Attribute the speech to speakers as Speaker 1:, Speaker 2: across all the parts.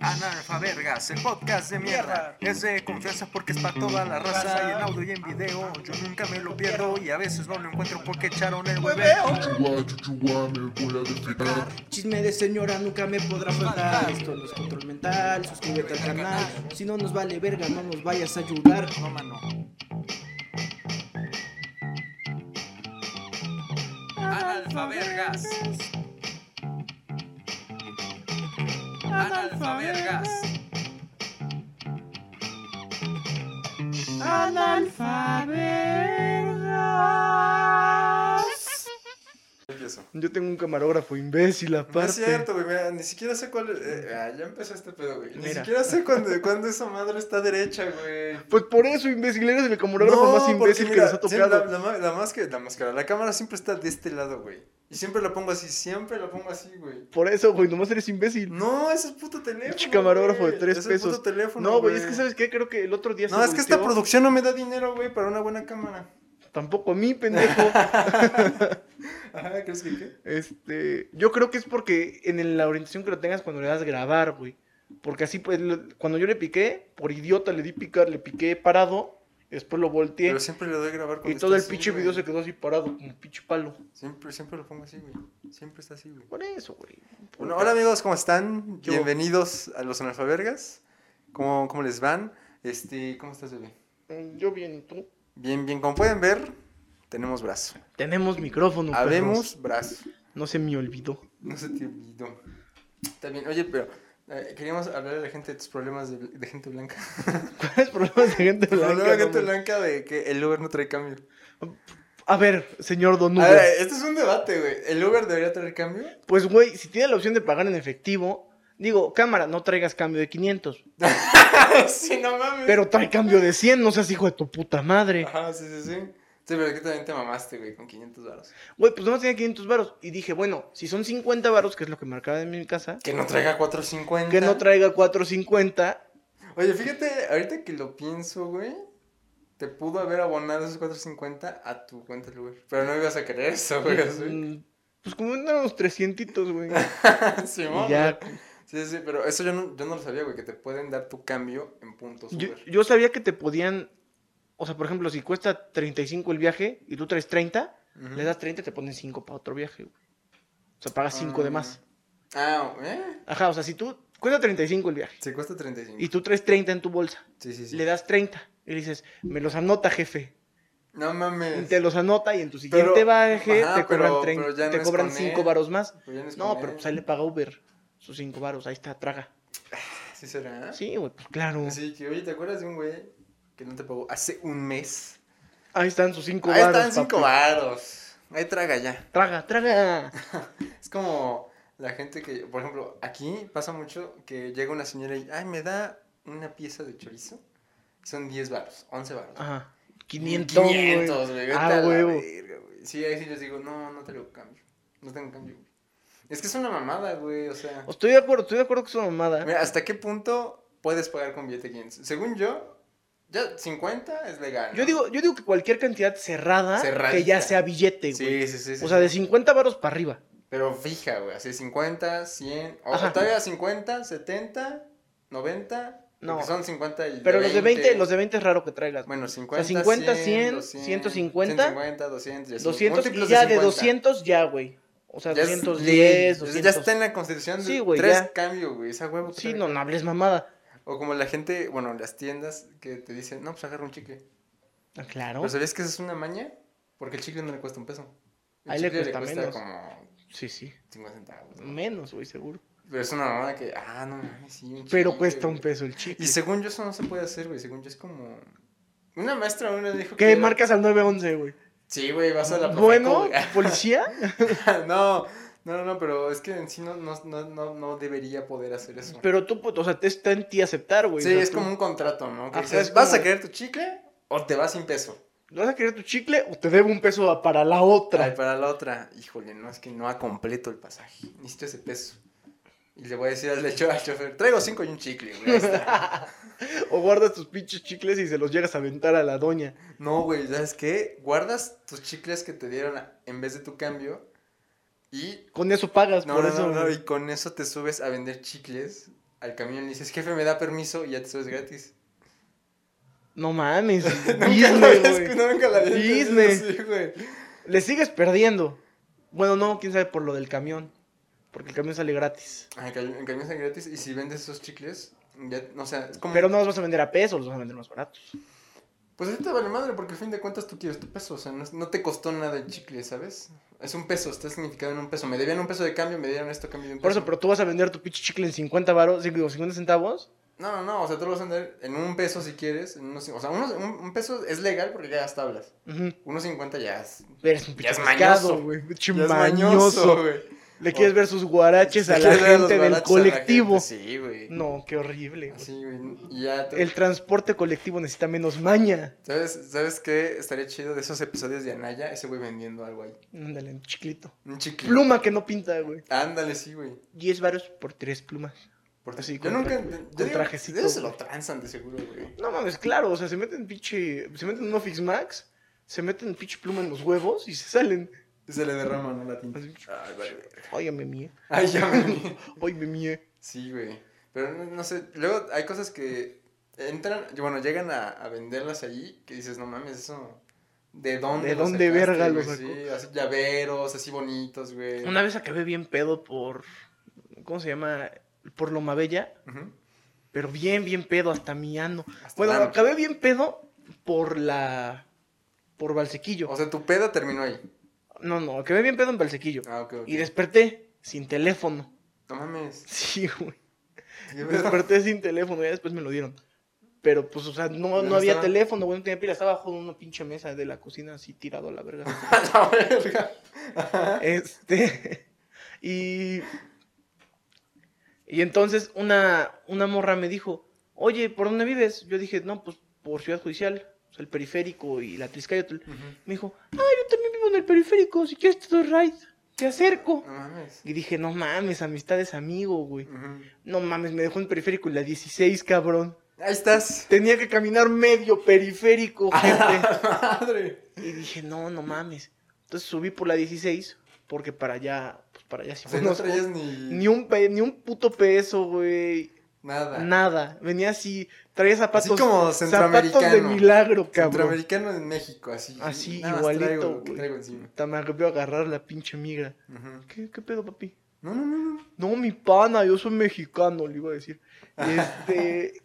Speaker 1: Analfa Vergas, el podcast de mierda. Es de confianza porque es para toda la raza. Y en audio y en video, yo nunca me lo pierdo. Y a veces no lo encuentro porque echaron el hueveo.
Speaker 2: Chuchuá, chuchuá, me voy a despegar.
Speaker 3: Chisme de señora nunca me podrá
Speaker 1: Ah.
Speaker 3: faltar. Esto no es control mental, suscríbete al canal. Si no nos vale verga, no nos vayas a ayudar.
Speaker 1: No, mano. Analfa Vergas. Analfa Vergas.
Speaker 4: Empiezo.
Speaker 3: Yo tengo un camarógrafo imbécil ah.
Speaker 4: No
Speaker 3: aparte.
Speaker 4: es cierto, güey. Mira, ni siquiera sé cuál. eh, ah, ya empezó este pedo, güey. Ni
Speaker 3: Mira.
Speaker 4: siquiera sé cuándo, cuándo esa madre está derecha, güey.
Speaker 3: Pues por eso, imbécil, eres el camarógrafo más
Speaker 4: porque
Speaker 3: imbécil que
Speaker 4: mira,
Speaker 3: nos ha
Speaker 4: siempre
Speaker 3: tocado.
Speaker 4: La, la ma- la máscara, la máscara, la cámara siempre está de este lado, güey. Y siempre la pongo así, siempre la pongo así, güey.
Speaker 3: Por eso, güey, nomás eres imbécil.
Speaker 4: No, ese es puto teléfono.
Speaker 3: Pinche camarógrafo de
Speaker 4: güey.
Speaker 3: tres
Speaker 4: Es el
Speaker 3: pesos.
Speaker 4: puto teléfono,
Speaker 3: No, güey, es que sabes qué, creo que el otro día
Speaker 4: No, es que esta
Speaker 3: volteó.
Speaker 4: producción no me da dinero, güey, para una buena cámara.
Speaker 3: Tampoco a mí, pendejo.
Speaker 4: Ajá, ¿crees que qué?
Speaker 3: Este, yo creo que es porque en la orientación que lo tengas cuando le das grabar, güey. Porque así, pues, lo- cuando yo le piqué, por idiota le di picar, le piqué parado, después lo volteé
Speaker 4: Pero siempre le doy a grabar
Speaker 3: y
Speaker 4: cuando
Speaker 3: todo el
Speaker 4: está así,
Speaker 3: pinche
Speaker 4: güey.
Speaker 3: video se quedó así parado, como un pinche palo.
Speaker 4: Siempre, siempre lo pongo así, güey. Siempre está así, güey.
Speaker 3: Por eso, güey.
Speaker 4: Bueno, hola amigos, ¿cómo están?
Speaker 3: ¿Qué hubo?
Speaker 4: Bienvenidos a los analfabergas. ¿Cómo, ¿Cómo les van? Este, ¿cómo estás, bebé?
Speaker 3: Mm, Yo bien, ¿y tú?
Speaker 4: Bien, bien, como pueden ver, tenemos brazo.
Speaker 3: Tenemos micrófono, perros.
Speaker 4: Habemos brazo.
Speaker 3: No se me olvidó.
Speaker 4: No se te olvidó. Está bien, oye, pero eh, queríamos hablar a la gente de tus problemas de, de gente blanca.
Speaker 3: ¿Cuál es el problema de gente blanca?
Speaker 4: Problema de
Speaker 3: no,
Speaker 4: gente
Speaker 3: man?
Speaker 4: blanca de que el Uber no trae cambio.
Speaker 3: A ver, señor Don
Speaker 4: A
Speaker 3: Uber.
Speaker 4: ver, este es un debate, güey. ¿El Uber debería traer cambio?
Speaker 3: Pues, güey, si tiene la opción de pagar en efectivo, digo, cámara, no traigas cambio de 500.
Speaker 4: sí, no mames.
Speaker 3: Pero trae cambio de 100, no seas hijo de tu puta madre.
Speaker 4: Ajá, sí, sí, sí. Sí, pero que también te mamaste, güey, con 500 baros.
Speaker 3: Güey, pues nomás tenía 500 varos. Y dije, bueno, si son 50 varos, que es lo que marcaba en mi casa,
Speaker 4: Que no traiga 450.
Speaker 3: que no traiga 450.
Speaker 4: Oye, fíjate, ahorita que lo pienso, güey, te pudo haber abonado esos 450 a tu cuenta del Uber. Pero no ibas a querer eso, güey. así.
Speaker 3: mm, Pues como unos 300, güey.
Speaker 4: Ah, Simón,
Speaker 3: Y ya.
Speaker 4: güey. Sí, sí, pero eso yo no, yo no lo sabía, güey, que te pueden dar tu cambio en puntos
Speaker 3: Yo,
Speaker 4: Uber.
Speaker 3: yo sabía que te podían. O sea, por ejemplo, si cuesta 35 el viaje y tú traes 30,
Speaker 4: Ujú.
Speaker 3: le das 30 y te ponen 5 para otro viaje, güey. O sea, pagas 5 de
Speaker 4: Ah.
Speaker 3: más.
Speaker 4: Ah, ¿eh?
Speaker 3: Ajá, o sea, si tú. Cuesta 35 el viaje
Speaker 4: Sí, cuesta 35.
Speaker 3: y tú traes 30 en tu bolsa,
Speaker 4: Sí, sí, sí.
Speaker 3: le das 30 y le dices, me los anota, jefe.
Speaker 4: No
Speaker 3: Y
Speaker 4: mames.
Speaker 3: te los anota y en tu siguiente
Speaker 4: Pero-
Speaker 3: baje
Speaker 4: ajá,
Speaker 3: te cobran,
Speaker 4: pero-
Speaker 3: 30,
Speaker 4: pero ya no
Speaker 3: te
Speaker 4: es
Speaker 3: cobran
Speaker 4: con
Speaker 3: 5
Speaker 4: él.
Speaker 3: varos más.
Speaker 4: Pues ya no es
Speaker 3: No,
Speaker 4: con
Speaker 3: pero
Speaker 4: él.
Speaker 3: pues ahí le paga Uber sus 5 varos, ahí está, traga.
Speaker 4: Sí será.
Speaker 3: Sí, güey, pues claro.
Speaker 4: Así que, oye, ¿te acuerdas de un güey que no te pagó hace un mes?
Speaker 3: Ahí están sus 5
Speaker 4: Ahí
Speaker 3: varos.
Speaker 4: están 5
Speaker 3: papi.
Speaker 4: varos. Ahí traga ya.
Speaker 3: Traga, traga.
Speaker 4: Es como la gente que, por ejemplo, aquí pasa mucho que llega una señora y, ay, me da una pieza de chorizo. Son 10 baros, 11 baros.
Speaker 3: Ajá. 500, Ah, güey.
Speaker 4: 500, güey. vete
Speaker 3: Ah,
Speaker 4: a la
Speaker 3: huevo.
Speaker 4: verga, güey. Sí, ahí sí les digo, no, no te lo cambio. No tengo cambio, güey. Es que es una mamada, güey, o sea.
Speaker 3: Estoy de acuerdo, estoy de acuerdo que es una mamada.
Speaker 4: Mira, ¿hasta qué punto puedes pagar con billete 15? Según yo, ya 50 es legal.
Speaker 3: Yo
Speaker 4: ¿no?
Speaker 3: digo, yo digo que cualquier cantidad cerrada que
Speaker 4: Cerradita.
Speaker 3: ya sea billete, güey.
Speaker 4: Sí, sí, sí. sí,
Speaker 3: o sea,
Speaker 4: sí.
Speaker 3: de 50 varos para arriba.
Speaker 4: Pero fija, güey, así 50, 100, o
Speaker 3: Ajá.
Speaker 4: todavía 50, 70, 90,
Speaker 3: No.
Speaker 4: no. son 50 y
Speaker 3: Pero los de 20, los de 20 es raro que traigas. güey.
Speaker 4: Bueno, 50,
Speaker 3: 50, 100,
Speaker 4: 100,
Speaker 3: 150,
Speaker 4: 150, 200, y así,
Speaker 3: 200 y
Speaker 4: múltiplos
Speaker 3: ya de
Speaker 4: 50.
Speaker 3: 200 ya, güey. O sea,
Speaker 4: Ya es
Speaker 3: 210,
Speaker 4: ley, o sea,
Speaker 3: 200.
Speaker 4: Ya está en la constitución de
Speaker 3: Sí, güey,
Speaker 4: tres
Speaker 3: ya.
Speaker 4: cambios, güey, esa huevo. que
Speaker 3: Sí,
Speaker 4: trae.
Speaker 3: no, no hables mamada.
Speaker 4: O como la gente, bueno, las tiendas que te dicen, no, pues agarra un chicle.
Speaker 3: Ah, Claro.
Speaker 4: ¿Pero sabías que esa es una maña? Porque el chicle no le cuesta un peso. El
Speaker 3: Ahí le
Speaker 4: chicle
Speaker 3: cuesta menos.
Speaker 4: como
Speaker 3: Sí, sí.
Speaker 4: 50 centavos. ¿no?
Speaker 3: Menos, güey, seguro.
Speaker 4: Pero es una mamada que, ah, no mames, sí, un
Speaker 3: Pero
Speaker 4: chicle,
Speaker 3: cuesta un
Speaker 4: güey.
Speaker 3: peso el chicle.
Speaker 4: Y según yo eso no se puede hacer, güey. Según yo es como... Una maestra una vez dijo que...
Speaker 3: ¿Qué
Speaker 4: era-
Speaker 3: marcas al 911, güey?
Speaker 4: Sí, güey, vas a la Profeco,
Speaker 3: Bueno,
Speaker 4: güey.
Speaker 3: policía.
Speaker 4: no, no, no, no, pero es que en sí no, no, no, no, no debería poder hacer eso.
Speaker 3: Pero tú, pues, o sea, te está en ti aceptar, güey.
Speaker 4: sí,
Speaker 3: O sea,
Speaker 4: es
Speaker 3: tú-
Speaker 4: como un contrato, ¿no? Que
Speaker 3: Ajá,
Speaker 4: dices,
Speaker 3: es
Speaker 4: ¿vas
Speaker 3: como-
Speaker 4: a querer tu chicle o te vas sin peso?
Speaker 3: ¿Vas a querer tu chicle o te debo un peso a- para la otra?
Speaker 4: Ay, para la otra, híjole, no, es que no ha completo el pasaje. Necesito ese peso. Y le voy a decir al, cho- al chofer, traigo cinco y un chicle, güey. ahí está".
Speaker 3: O guardas tus pinches chicles y se los llegas a aventar a la doña.
Speaker 4: No, güey, ¿sabes qué? Guardas tus chicles que te dieron a- en vez de tu cambio y
Speaker 3: Con eso pagas,
Speaker 4: No,
Speaker 3: por
Speaker 4: no,
Speaker 3: eso.
Speaker 4: no, no,
Speaker 3: güey.
Speaker 4: y con eso te subes a vender chicles al camión y dices, jefe, me da permiso y ya te subes gratis.
Speaker 3: No mames.
Speaker 4: Nunca la
Speaker 3: Disney,
Speaker 4: había
Speaker 3: güey.
Speaker 4: escu- nunca la había entendido
Speaker 3: Disney.
Speaker 4: así, güey.
Speaker 3: Le sigues perdiendo. Bueno, no, quién sabe por lo del camión. Porque el camión sale gratis.
Speaker 4: Ah, que En camión sale gratis y si vendes esos chicles, ya, o sea, es como...
Speaker 3: Pero no los vas a vender a pesos, los vas a vender más baratos.
Speaker 4: Pues ahí te vale madre, porque al fin de cuentas tú quieres tu peso, o sea, no, es- no te costó nada el chicle, ¿sabes? Es un peso, está significado en un peso. Me debían un peso de cambio, me dieron esto a cambio de un
Speaker 3: Por
Speaker 4: peso.
Speaker 3: eso, pero tú vas a vender tu pinche chicle en 50 varos, digo, 50 centavos.
Speaker 4: No, no, no, o sea, tú lo vas a vender en un peso si quieres, en unos- o sea, unos- un, un peso es legal porque ya las tablas.
Speaker 3: Ujú.
Speaker 4: Unos 50 ya es...
Speaker 3: Pero es un pinche
Speaker 4: Ya es
Speaker 3: pescado,
Speaker 4: mañoso.
Speaker 3: güey. Pinche
Speaker 4: ya es
Speaker 3: mañoso.
Speaker 4: güey.
Speaker 3: Le quieres ver sus guaraches a
Speaker 4: Sí,
Speaker 3: la
Speaker 4: le dan los
Speaker 3: gente del
Speaker 4: balazos a la gente,
Speaker 3: colectivo.
Speaker 4: Sí, güey.
Speaker 3: No, qué horrible. güey.
Speaker 4: Así, güey. y ya te-
Speaker 3: El transporte colectivo necesita menos maña.
Speaker 4: ¿Sabes, ¿Sabes qué? Estaría chido de esos episodios de Anaya, ese güey vendiendo algo ahí.
Speaker 3: Ándale, un chiclito.
Speaker 4: Un chicle.
Speaker 3: Pluma que no pinta, güey.
Speaker 4: Ándale, sí, güey.
Speaker 3: 10 varos por 3 plumas.
Speaker 4: Porque
Speaker 3: Así,
Speaker 4: sí, yo
Speaker 3: con
Speaker 4: nunca.
Speaker 3: tra-
Speaker 4: ent-
Speaker 3: con
Speaker 4: yo digo,
Speaker 3: trajecito,
Speaker 4: ellos se
Speaker 3: güey.
Speaker 4: lo transan de seguro, güey.
Speaker 3: No mames, claro, o sea, se meten pinche. Se meten un Fix Max, se meten pinche pluma en los huevos y se salen.
Speaker 4: Y Se le derrama, ¿no? La tinta.
Speaker 3: Así.
Speaker 4: Ay, vale.
Speaker 3: Ay, me mía.
Speaker 4: Ay, ya me.
Speaker 3: Ay, me mía.
Speaker 4: Sí, güey. Pero no, no sé. Luego hay cosas que entran. Bueno, llegan a, a venderlas allí que dices, no mames, eso. ¿De dónde?
Speaker 3: ¿De
Speaker 4: lo
Speaker 3: dónde
Speaker 4: sacaste,
Speaker 3: verga lo
Speaker 4: güey?
Speaker 3: sacó?
Speaker 4: Sí, así llaveros, así bonitos, güey.
Speaker 3: Una vez acabé bien pedo por. ¿Cómo se llama? Por Loma Bella.
Speaker 4: Ujú.
Speaker 3: Pero bien, bien pedo, hasta mi ano.
Speaker 4: Hasta
Speaker 3: Bueno,
Speaker 4: nada.
Speaker 3: acabé bien pedo por la. Por Valsequillo.
Speaker 4: O sea, tu pedo terminó ahí.
Speaker 3: No, no, acabé bien pedo en Valsequillo.
Speaker 4: Ah, ok, ok.
Speaker 3: Y desperté sin teléfono.
Speaker 4: No mames.
Speaker 3: Sí, güey.
Speaker 4: ¿Qué
Speaker 3: Me
Speaker 4: pedo?
Speaker 3: desperté sin teléfono, ya después me lo dieron. Pero pues, o sea, no,
Speaker 4: Ya
Speaker 3: no
Speaker 4: no
Speaker 3: había
Speaker 4: estaba.
Speaker 3: teléfono, güey, no tenía pila. Estaba bajo una pinche mesa de la cocina así tirado a la verga.
Speaker 4: A la verga. Ajá.
Speaker 3: este. Y. Y entonces una, una morra me dijo, oye, ¿por dónde vives? Yo dije, no, pues por Ciudad Judicial, o sea, el periférico y la Tliscayotl.
Speaker 4: Ujú.
Speaker 3: Me dijo, ah, yo también vivo en el periférico, si quieres te doy ride, te acerco.
Speaker 4: No mames.
Speaker 3: Y dije, no mames, amistades amigo, güey.
Speaker 4: Ujú.
Speaker 3: No mames, me dejó en el periférico y la 16, cabrón.
Speaker 4: Ahí estás.
Speaker 3: Tenía que caminar medio periférico, gente.
Speaker 4: Madre.
Speaker 3: y dije, no, no mames. Entonces subí por la 16, porque para allá, pues para allá sí
Speaker 4: O sea, no
Speaker 3: conozco.
Speaker 4: traías ni,
Speaker 3: Ni un, pe- ni un puto peso, güey.
Speaker 4: nada.
Speaker 3: Nada. Venía así, traía zapatos.
Speaker 4: Así como
Speaker 3: zapatos de
Speaker 4: centroamericano.
Speaker 3: milagro, cabrón.
Speaker 4: Centroamericano en México, así.
Speaker 3: Así,
Speaker 4: Nada más
Speaker 3: igualito,
Speaker 4: Traigo, lo que
Speaker 3: güey.
Speaker 4: traigo encima.
Speaker 3: Hasta Me volvió a agarrar la pinche migra.
Speaker 4: Ujú.
Speaker 3: ¿Qué, ¿Qué pedo, papi?
Speaker 4: No, no, no, no.
Speaker 3: No, mi pana, yo soy mexicano, le iba a decir. Este.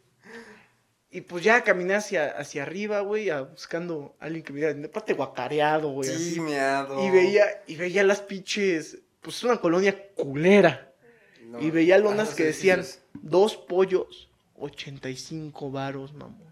Speaker 3: y pues ya caminé hacia, hacia arriba, güey, a- buscando a alguien que me diera dinero. Aparte, guacareado, güey. así.
Speaker 4: sí, meado.
Speaker 3: Y veía, y veía las pinches. Pues es una colonia culera.
Speaker 4: No.
Speaker 3: y veía lonas
Speaker 4: Ah, sí,
Speaker 3: que decían
Speaker 4: sí, sí.
Speaker 3: dos pollos, 85 varos, mamón.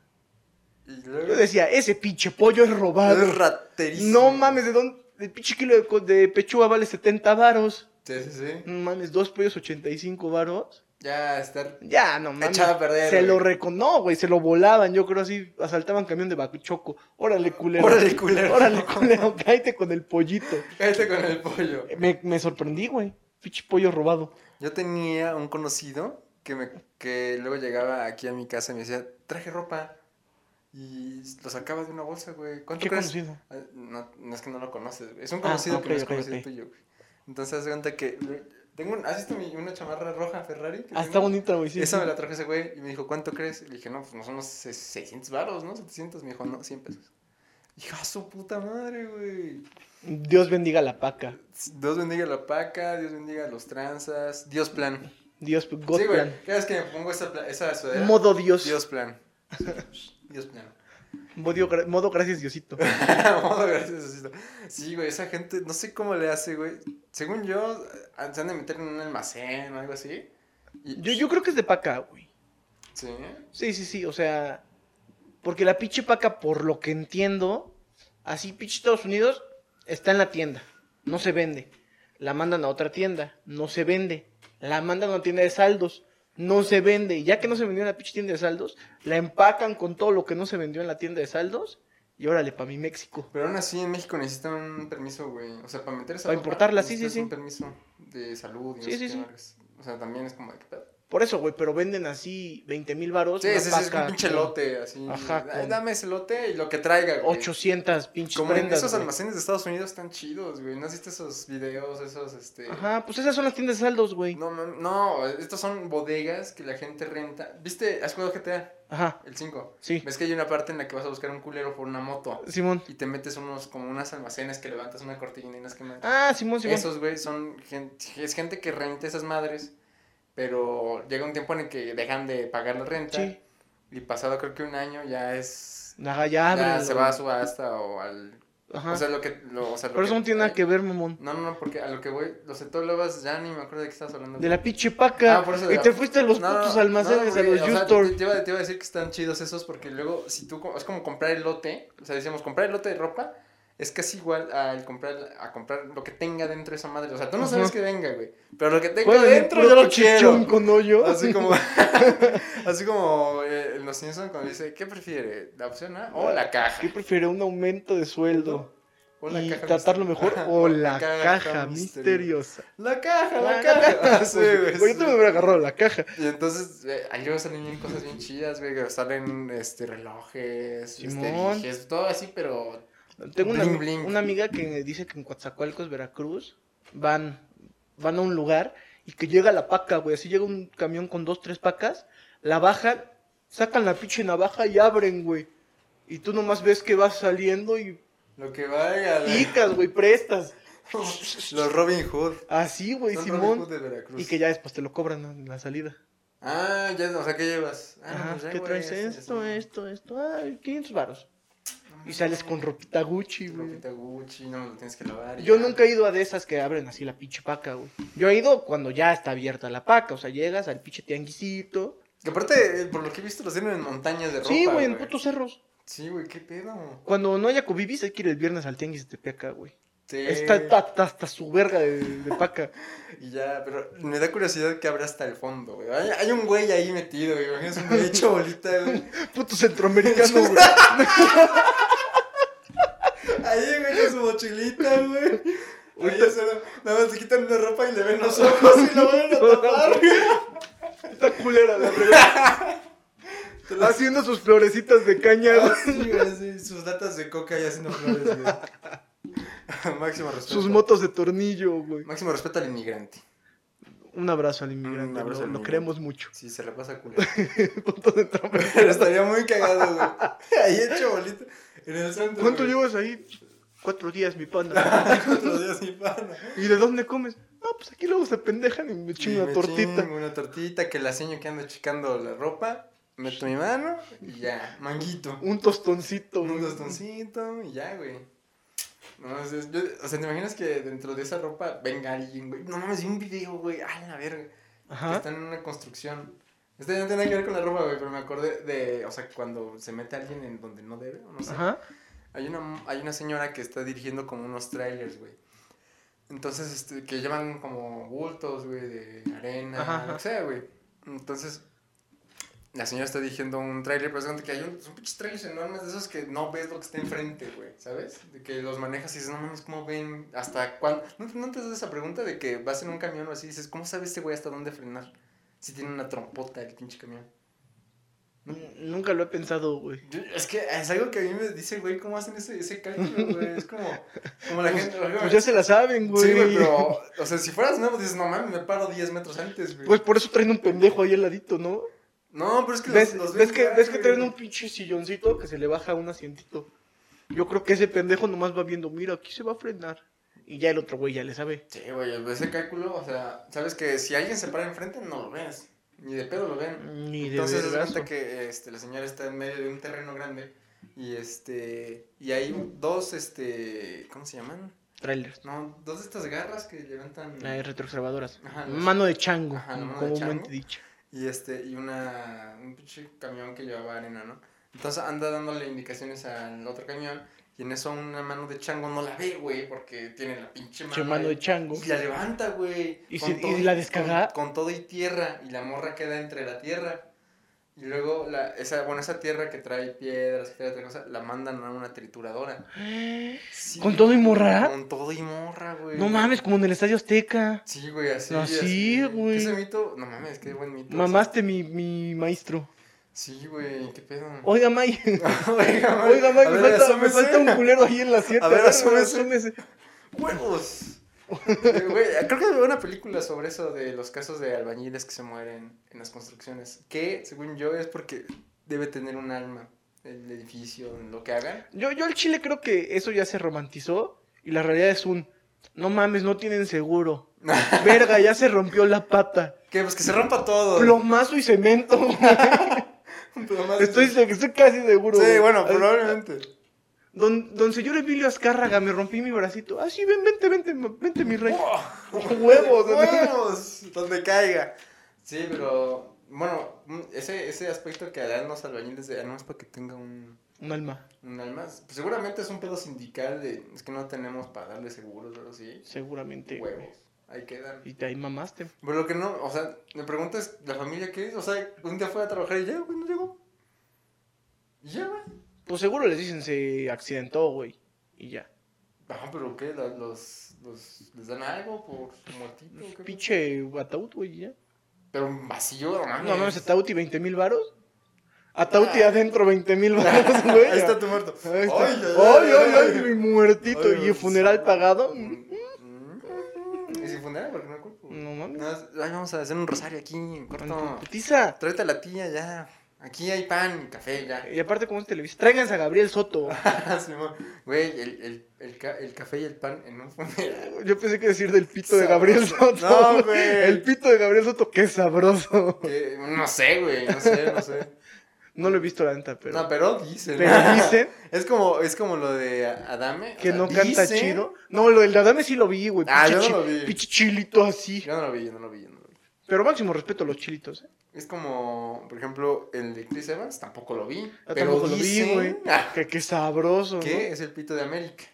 Speaker 4: Y
Speaker 3: Yo
Speaker 4: luego.
Speaker 3: decía, ese pinche pollo es robado.
Speaker 4: Es raterísimo.
Speaker 3: no mames, ¿de dónde? El pinche kilo de, co- de pechuga vale 70 varos.
Speaker 4: Sí, sí, sí.
Speaker 3: No mames, dos pollos, 85 varos.
Speaker 4: Ya, estar.
Speaker 3: Ya, no mames.
Speaker 4: Echaba a perder,
Speaker 3: Se
Speaker 4: güey.
Speaker 3: lo reconó, güey. Se lo volaban, yo creo así. Asaltaban camión de bachoco. Órale, culero.
Speaker 4: Órale, culero.
Speaker 3: Órale, culero. Cállate con el pollito.
Speaker 4: Cállate con el pollo.
Speaker 3: Me, me sorprendí, güey. Pinche pollo robado.
Speaker 4: Yo tenía un conocido que me que luego llegaba aquí a mi casa y me decía, traje ropa. Y lo sacaba de una bolsa, güey. ¿Cuánto
Speaker 3: Qué
Speaker 4: crees?
Speaker 3: conocido.
Speaker 4: Ah, No, no es que no lo conoces, güey. Es un
Speaker 3: Ah,
Speaker 4: conocido
Speaker 3: ok,
Speaker 4: que no es
Speaker 3: ok,
Speaker 4: conocido
Speaker 3: ok.
Speaker 4: tuyo, güey. Entonces, haz de cuenta que. le- Tengo un- ¿Has visto mi- una chamarra roja Ferrari? que
Speaker 3: Ah, está
Speaker 4: tengo?
Speaker 3: bonita, güey. Sí,
Speaker 4: Esa
Speaker 3: sí.
Speaker 4: me la trajo ese güey y me dijo, ¿cuánto crees? Le dije, no, pues no son unos se- 600 baros, ¿no? 700. Me dijo, no, 100 pesos. Dije, ¡ah, su puta madre, güey!
Speaker 3: Dios bendiga la paca.
Speaker 4: Dios bendiga la paca, Dios bendiga a los tranzas, Dios plan.
Speaker 3: Dios, God
Speaker 4: sí, güey.
Speaker 3: plan.
Speaker 4: Cada vez que me pongo esa, pla- esa sudadera,
Speaker 3: Modo Dios.
Speaker 4: Dios plan. Dios plan.
Speaker 3: Modo, gra- modo gracias, Diosito.
Speaker 4: Modo gracias, Diosito. Sí, güey, esa gente, no sé cómo le hace, güey. Según yo, a- se han de meter en un almacén o algo así. Y,
Speaker 3: Yo, yo creo que es de paca, güey.
Speaker 4: Sí.
Speaker 3: Sí, sí, sí. O sea, porque la pinche paca, por lo que entiendo, así pinche Estados Unidos está en la tienda. No se vende. La mandan a otra tienda. No se vende. La mandan a una tienda de saldos. No se vende. Y ya que no se vendió en la pinche tienda de saldos, la empacan con todo lo que no se vendió en la tienda de saldos. Y órale, pa' mi México.
Speaker 4: Pero aún así en México necesitan un permiso, güey. O sea, para meter esa
Speaker 3: Para
Speaker 4: ropa,
Speaker 3: importarla, sí, sí,
Speaker 4: necesitas
Speaker 3: sí.
Speaker 4: un permiso de salud y no
Speaker 3: Sí,
Speaker 4: sé
Speaker 3: sí,
Speaker 4: qué
Speaker 3: sí.
Speaker 4: vergas. O sea, también es como de que pedo.
Speaker 3: Por eso, güey, pero venden así 20 mil varos.
Speaker 4: Sí,
Speaker 3: una
Speaker 4: ese, ese es
Speaker 3: paca
Speaker 4: un pinche
Speaker 3: con
Speaker 4: lote, así.
Speaker 3: Ajá,
Speaker 4: Ay,
Speaker 3: con-
Speaker 4: Dame ese lote y lo que traiga, güey.
Speaker 3: 800 pinches
Speaker 4: Como en
Speaker 3: prendas,
Speaker 4: esos
Speaker 3: güey.
Speaker 4: almacenes de Estados Unidos están chidos, güey. ¿No has visto esos videos, esos, este...
Speaker 3: Ajá, pues esas son las tiendas de saldos, güey.
Speaker 4: No, no, no, estos son bodegas que la gente renta. ¿Viste? ¿Has jugado GTA?
Speaker 3: Ajá,
Speaker 4: El 5.
Speaker 3: sí.
Speaker 4: ¿Ves que hay una parte en la que vas a buscar un culero por una moto?
Speaker 3: Simón.
Speaker 4: Y te metes unos, como unas almacenes que levantas una cortina y unas que man-
Speaker 3: Ah, Simón, Simón.
Speaker 4: Esos, güey, son gente, es gente que renta esas madres, pero llega un tiempo en el que dejan de pagar la renta.
Speaker 3: Sí.
Speaker 4: Y pasado creo que un año ya es...
Speaker 3: Ajá, ya,
Speaker 4: Ya
Speaker 3: ábrelo,
Speaker 4: se va a
Speaker 3: güey.
Speaker 4: subasta o al...
Speaker 3: Ajá.
Speaker 4: O sea, lo que... Lo, o sea, lo
Speaker 3: pero eso no tiene nada que ver, mamón.
Speaker 4: No, no, no, porque a lo que voy, los etólogos, ya ni me acuerdo de qué estabas hablando.
Speaker 3: De la pinche paca.
Speaker 4: Ah, por eso de
Speaker 3: y
Speaker 4: la-
Speaker 3: te fuiste a los
Speaker 4: No,
Speaker 3: putos
Speaker 4: no,
Speaker 3: almacenes,
Speaker 4: no,
Speaker 3: a los
Speaker 4: güey, o sea,
Speaker 3: Justor.
Speaker 4: te, te iba, te iba a decir que están chidos esos porque luego, si tú, co- es como comprar el lote, o sea, decíamos, comprar el lote de ropa es casi igual al comprar, a comprar lo que tenga dentro esa madre. O sea, tú no sabes
Speaker 3: Ajá.
Speaker 4: que venga, güey, pero lo que tenga
Speaker 3: Puede venir
Speaker 4: dentro
Speaker 3: puro
Speaker 4: yo lo
Speaker 3: pinche
Speaker 4: quiero. Ah,
Speaker 3: chonco, ¿no, yo?
Speaker 4: Así como, así como eh, en los Simpsons cuando dice, ¿qué prefiere? ¿La opción A o la caja?
Speaker 3: Yo prefiero un aumento de sueldo.
Speaker 4: O la
Speaker 3: y
Speaker 4: caja
Speaker 3: tratarlo mejor.
Speaker 4: misteriosa.
Speaker 3: O la caja misteriosa.
Speaker 4: La caja, la,
Speaker 3: La
Speaker 4: caja.
Speaker 3: caja.
Speaker 4: Sí, güey,
Speaker 3: Güey,
Speaker 4: sí.
Speaker 3: yo te me hubiera agarrado la caja.
Speaker 4: Y entonces, eh, ahí luego salen bien cosas bien chidas, güey. que Salen este, relojes, este,
Speaker 3: Simón.
Speaker 4: dijes, todo así, pero.
Speaker 3: Tengo una,
Speaker 4: Bling, bling.
Speaker 3: una amiga que dice que en Coatzacoalcos, Veracruz, van, van a un lugar y que llega la paca, güey. Así llega un camión con dos, tres pacas, la bajan, sacan la pinche navaja y abren, güey. Y tú nomás ves que vas saliendo y
Speaker 4: Lo que valga. la-
Speaker 3: picas, güey, prestas.
Speaker 4: Los Robin Hood.
Speaker 3: Así, güey,
Speaker 4: Son Robin Hood
Speaker 3: Simón.
Speaker 4: de Veracruz.
Speaker 3: Y que ya después te lo cobran en la salida.
Speaker 4: Ah, ya, o sea, ¿qué llevas? Ah,
Speaker 3: Ajá,
Speaker 4: pues ya,
Speaker 3: ¿qué
Speaker 4: güey,
Speaker 3: traes?
Speaker 4: este,
Speaker 3: Esto,
Speaker 4: este.
Speaker 3: esto, esto. Ay, 500 varos.
Speaker 4: No,
Speaker 3: Y sales con ropita Gucci, güey.
Speaker 4: Ropita Gucci, no lo tienes que lavar. y
Speaker 3: Yo
Speaker 4: ya.
Speaker 3: nunca he ido a de esas que abren así la pinche paca, güey. Yo he ido cuando ya está abierta la paca, o sea, llegas al pinche tianguisito.
Speaker 4: Que aparte, eh, por lo que he visto, los tienen en montañas de ropa.
Speaker 3: sí, güey, en putos cerros.
Speaker 4: Sí, güey, qué pedo.
Speaker 3: Cuando no haya covivis, hay que ir el viernes al tianguis de Tepeaca, güey.
Speaker 4: Sí.
Speaker 3: Está está- está hasta su verga de, de paca.
Speaker 4: Y ya, pero me da curiosidad que abra hasta el fondo, güey. Hay, hay un güey ahí metido, güey. Imagínate un güey hecho bolita, güey.
Speaker 3: Puto centroamericano, güey.
Speaker 4: Ahí, güey, con su mochilita, güey. Ahorita solo, nada más le quitan la ropa y le ven los ojos y lo van a tapar.
Speaker 3: Está culera la verga. Haciendo sus florecitas de caña, güey.
Speaker 4: Sí, güey, sí, sus latas de coca y haciendo flores, güey. Máximo respeto.
Speaker 3: Sus motos de tornillo, güey.
Speaker 4: Máximo respeto al inmigrante.
Speaker 3: Un abrazo al inmigrante,
Speaker 4: Un abrazo
Speaker 3: lo-
Speaker 4: al
Speaker 3: lo,
Speaker 4: inmigrante.
Speaker 3: queremos mucho.
Speaker 4: Sí, se la pasa culero.
Speaker 3: Puto centroamericano.
Speaker 4: Pero estaría muy cagado, güey. Ahí hecho bolita. En el centro.
Speaker 3: ¿Cuánto
Speaker 4: güey.
Speaker 3: llevas ahí? Cuatro días, mi panda.
Speaker 4: Cuatro días sin pana.
Speaker 3: ¿Y de dónde comes? Ah, pues aquí luego se pendejan y me chingo
Speaker 4: Y
Speaker 3: una
Speaker 4: me
Speaker 3: tortita.
Speaker 4: chingo una tortita que la seño que ando checando la ropa. Meto mi mano y ya, manguito.
Speaker 3: Un tostoncito.
Speaker 4: Un
Speaker 3: güey.
Speaker 4: tostoncito y ya, güey. No, o sea, yo- o sea, ¿te imaginas que dentro de esa ropa venga alguien, güey? No mames, vi un video, güey, a la verga. que
Speaker 3: Ajá.
Speaker 4: están en una construcción. Este no tiene nada que ver con la ropa, güey, pero me acordé de, o sea, cuando se mete alguien en donde no debe, o no sé.
Speaker 3: Ajá.
Speaker 4: Hay una, hay una señora que está dirigiendo como unos trailers, güey. Entonces, este, que llevan como bultos, güey, de arena,
Speaker 3: Ajá,
Speaker 4: lo
Speaker 3: ajá.
Speaker 4: que sea, güey. Entonces, la señora está dirigiendo un trailer, pero es donde que hay un, son pinches trailers enormes de esos que no ves lo que está enfrente, güey, ¿sabes? De que los manejas y dices, no mames, ¿cómo ven? ¿Hasta cuándo? ¿No, no te haces esa pregunta de que vas en un camión o así y dices, ¿cómo sabe este güey hasta dónde frenar? Si tiene una trompota el pinche camión.
Speaker 3: N- Nunca lo he pensado, güey.
Speaker 4: Yo- Es que es algo que a mí me dice, güey, ¿cómo hacen ese, ese cálculo, güey? Es como, como la gente...
Speaker 3: Pues ya se la saben, güey.
Speaker 4: Sí, güey, pero, o sea, si fueras nuevo, dices, no mames, me paro 10 metros antes, güey.
Speaker 3: Pues por eso traen un pendejo ahí al ladito, ¿no?
Speaker 4: no, pero es que
Speaker 3: ¿Ves,
Speaker 4: los, los
Speaker 3: ves que,
Speaker 4: jugar,
Speaker 3: ves que
Speaker 4: güey.
Speaker 3: traen un pinche silloncito que se le baja un asientito? Yo creo que ese pendejo nomás va viendo, mira, aquí se va a frenar. Y ya el otro güey ya le sabe.
Speaker 4: Sí, güey, ese cálculo, o sea, sabes que si alguien se para enfrente, no lo ves. Ni de pedo lo ven.
Speaker 3: Ni Mm, de
Speaker 4: Entonces, es
Speaker 3: vergazo.
Speaker 4: cuenta que este, la señora está en medio de un terreno grande y este y hay dos, este, ¿cómo se llaman?
Speaker 3: Trailers.
Speaker 4: No, dos de estas garras que levantan...
Speaker 3: Hay retroobservadoras.
Speaker 4: Ajá, los-
Speaker 3: Eh, Mano de chango,
Speaker 4: Ajá, la mano de
Speaker 3: comúnmente
Speaker 4: chango.
Speaker 3: dicho.
Speaker 4: Y este, y una, un pinche camión que llevaba arena, ¿no? Entonces anda dándole indicaciones al otro camión y en eso una mano de chango no la ve, güey, porque tiene la pinche mano.
Speaker 3: Che, mano
Speaker 4: ahí.
Speaker 3: de chango.
Speaker 4: Y la levanta, güey.
Speaker 3: ¿Y
Speaker 4: con
Speaker 3: si-
Speaker 4: todo
Speaker 3: y la descarga?
Speaker 4: Con, con todo y tierra, y la morra queda entre la tierra. Y luego, la, esa, bueno, esa tierra que trae piedras, que trae otra cosa, la mandan a una trituradora. Sí,
Speaker 3: ¿Con todo y morra?
Speaker 4: Con todo y morra, güey.
Speaker 3: No mames, como en el Estadio Azteca.
Speaker 4: Sí, güey, así.
Speaker 3: Así, güey.
Speaker 4: Ese mito, no mames, qué buen mito.
Speaker 3: Mamaste mi, mi maestro.
Speaker 4: Sí, güey, qué pedo.
Speaker 3: Oiga, May.
Speaker 4: Oiga, man.
Speaker 3: Oiga, May,
Speaker 4: A
Speaker 3: me,
Speaker 4: ver,
Speaker 3: falta, me
Speaker 4: asómese.
Speaker 3: falta un culero ahí en la sierra.
Speaker 4: A ver, asómese.
Speaker 3: asómese.
Speaker 4: ¡Huevos! Eh, güey, creo que había una película sobre eso de los casos de albañiles que se mueren en las construcciones. Que, según yo, es porque debe tener un alma el edificio, lo que hagan.
Speaker 3: Yo, yo al Chile creo que eso ya se romantizó y la realidad es un, no mames, no tienen seguro. Verga, ya se rompió la pata.
Speaker 4: Que pues que se rompa todo.
Speaker 3: Plomazo y cemento. güey.
Speaker 4: Plomazo.
Speaker 3: Estoy, se- estoy casi seguro.
Speaker 4: Sí,
Speaker 3: güey.
Speaker 4: bueno,
Speaker 3: Ay,
Speaker 4: probablemente.
Speaker 3: Don, don señor Emilio Azcárraga, me rompí mi bracito. Ah, sí, ven, vente, vente, vente, mi rey. Huevos, ¿no?
Speaker 4: huevos, donde caiga. Sí, pero bueno, mm, ese, ese aspecto que harán los albañiles de almas para que tenga un,
Speaker 3: Un alma,
Speaker 4: un alma, pues, seguramente es un pedo sindical de es que no tenemos para darle seguros, pero sí,
Speaker 3: seguramente. güey.
Speaker 4: huevos, ahí quedan.
Speaker 3: Y de ahí mamaste.
Speaker 4: Pero lo que no, o sea, me preguntas, ¿la familia qué es? O sea, un día fue a trabajar y ya, güey, no llegó. Y ya, güey.
Speaker 3: Pues seguro les dicen se accidentó, güey. Y ya.
Speaker 4: Ah, pero ¿qué? La- Los, los, ¿Les dan algo por su muertito? o qué?
Speaker 3: Pues, Pinche ataúd, güey, y ya.
Speaker 4: Pero un vacío, no mames.
Speaker 3: No mames, ataúd y 20 mil varos. Ataúd y
Speaker 4: Ah.
Speaker 3: adentro 20 mil varos, güey.
Speaker 4: Ahí está tu muerto.
Speaker 3: Ahí está.
Speaker 4: Ay,
Speaker 3: Ay, ay, ay, mi muertito.
Speaker 4: Ay,
Speaker 3: y
Speaker 4: Dios.
Speaker 3: funeral pagado.
Speaker 4: Mm. ¿Y sin funeral? Porque no hay cuerpo.
Speaker 3: No mames.
Speaker 4: No, es- ay, vamos a hacer un rosario aquí en corto.
Speaker 3: Putiza.
Speaker 4: Tráete a la tía ya. Aquí hay pan y café ya.
Speaker 3: Y aparte, ¿cómo es Televisa? Tráiganse a Gabriel Soto.
Speaker 4: Simón. Güey, el, el, el, ca- el café y el pan en un funeral.
Speaker 3: Yo pensé que decir del pito de Gabriel
Speaker 4: Sabroso.
Speaker 3: Soto.
Speaker 4: No, güey.
Speaker 3: El pito de Gabriel Soto, qué sabroso.
Speaker 4: Que- Eh, no sé, güey. No sé, no sé.
Speaker 3: No lo he visto la neta, pero.
Speaker 4: no, pero dicen.
Speaker 3: Pero dicen
Speaker 4: Es como, es como lo de Adame. o
Speaker 3: que
Speaker 4: sea,
Speaker 3: no canta
Speaker 4: dicen-
Speaker 3: chido. No, lo del Adame sí lo vi, güey.
Speaker 4: Ah,
Speaker 3: pinche
Speaker 4: yo no lo
Speaker 3: chi-
Speaker 4: vi.
Speaker 3: pinche chilito así.
Speaker 4: Yo no lo vi, yo no lo vi, yo no lo vi.
Speaker 3: Pero máximo respeto a los chilitos, ¿eh?
Speaker 4: Es como, por ejemplo, el de Chris Evans, tampoco lo vi.
Speaker 3: Yo
Speaker 4: pero
Speaker 3: Ah, tampoco
Speaker 4: dicen Ah.
Speaker 3: lo vi, güey. Que qué sabroso.
Speaker 4: Que es el pito de América.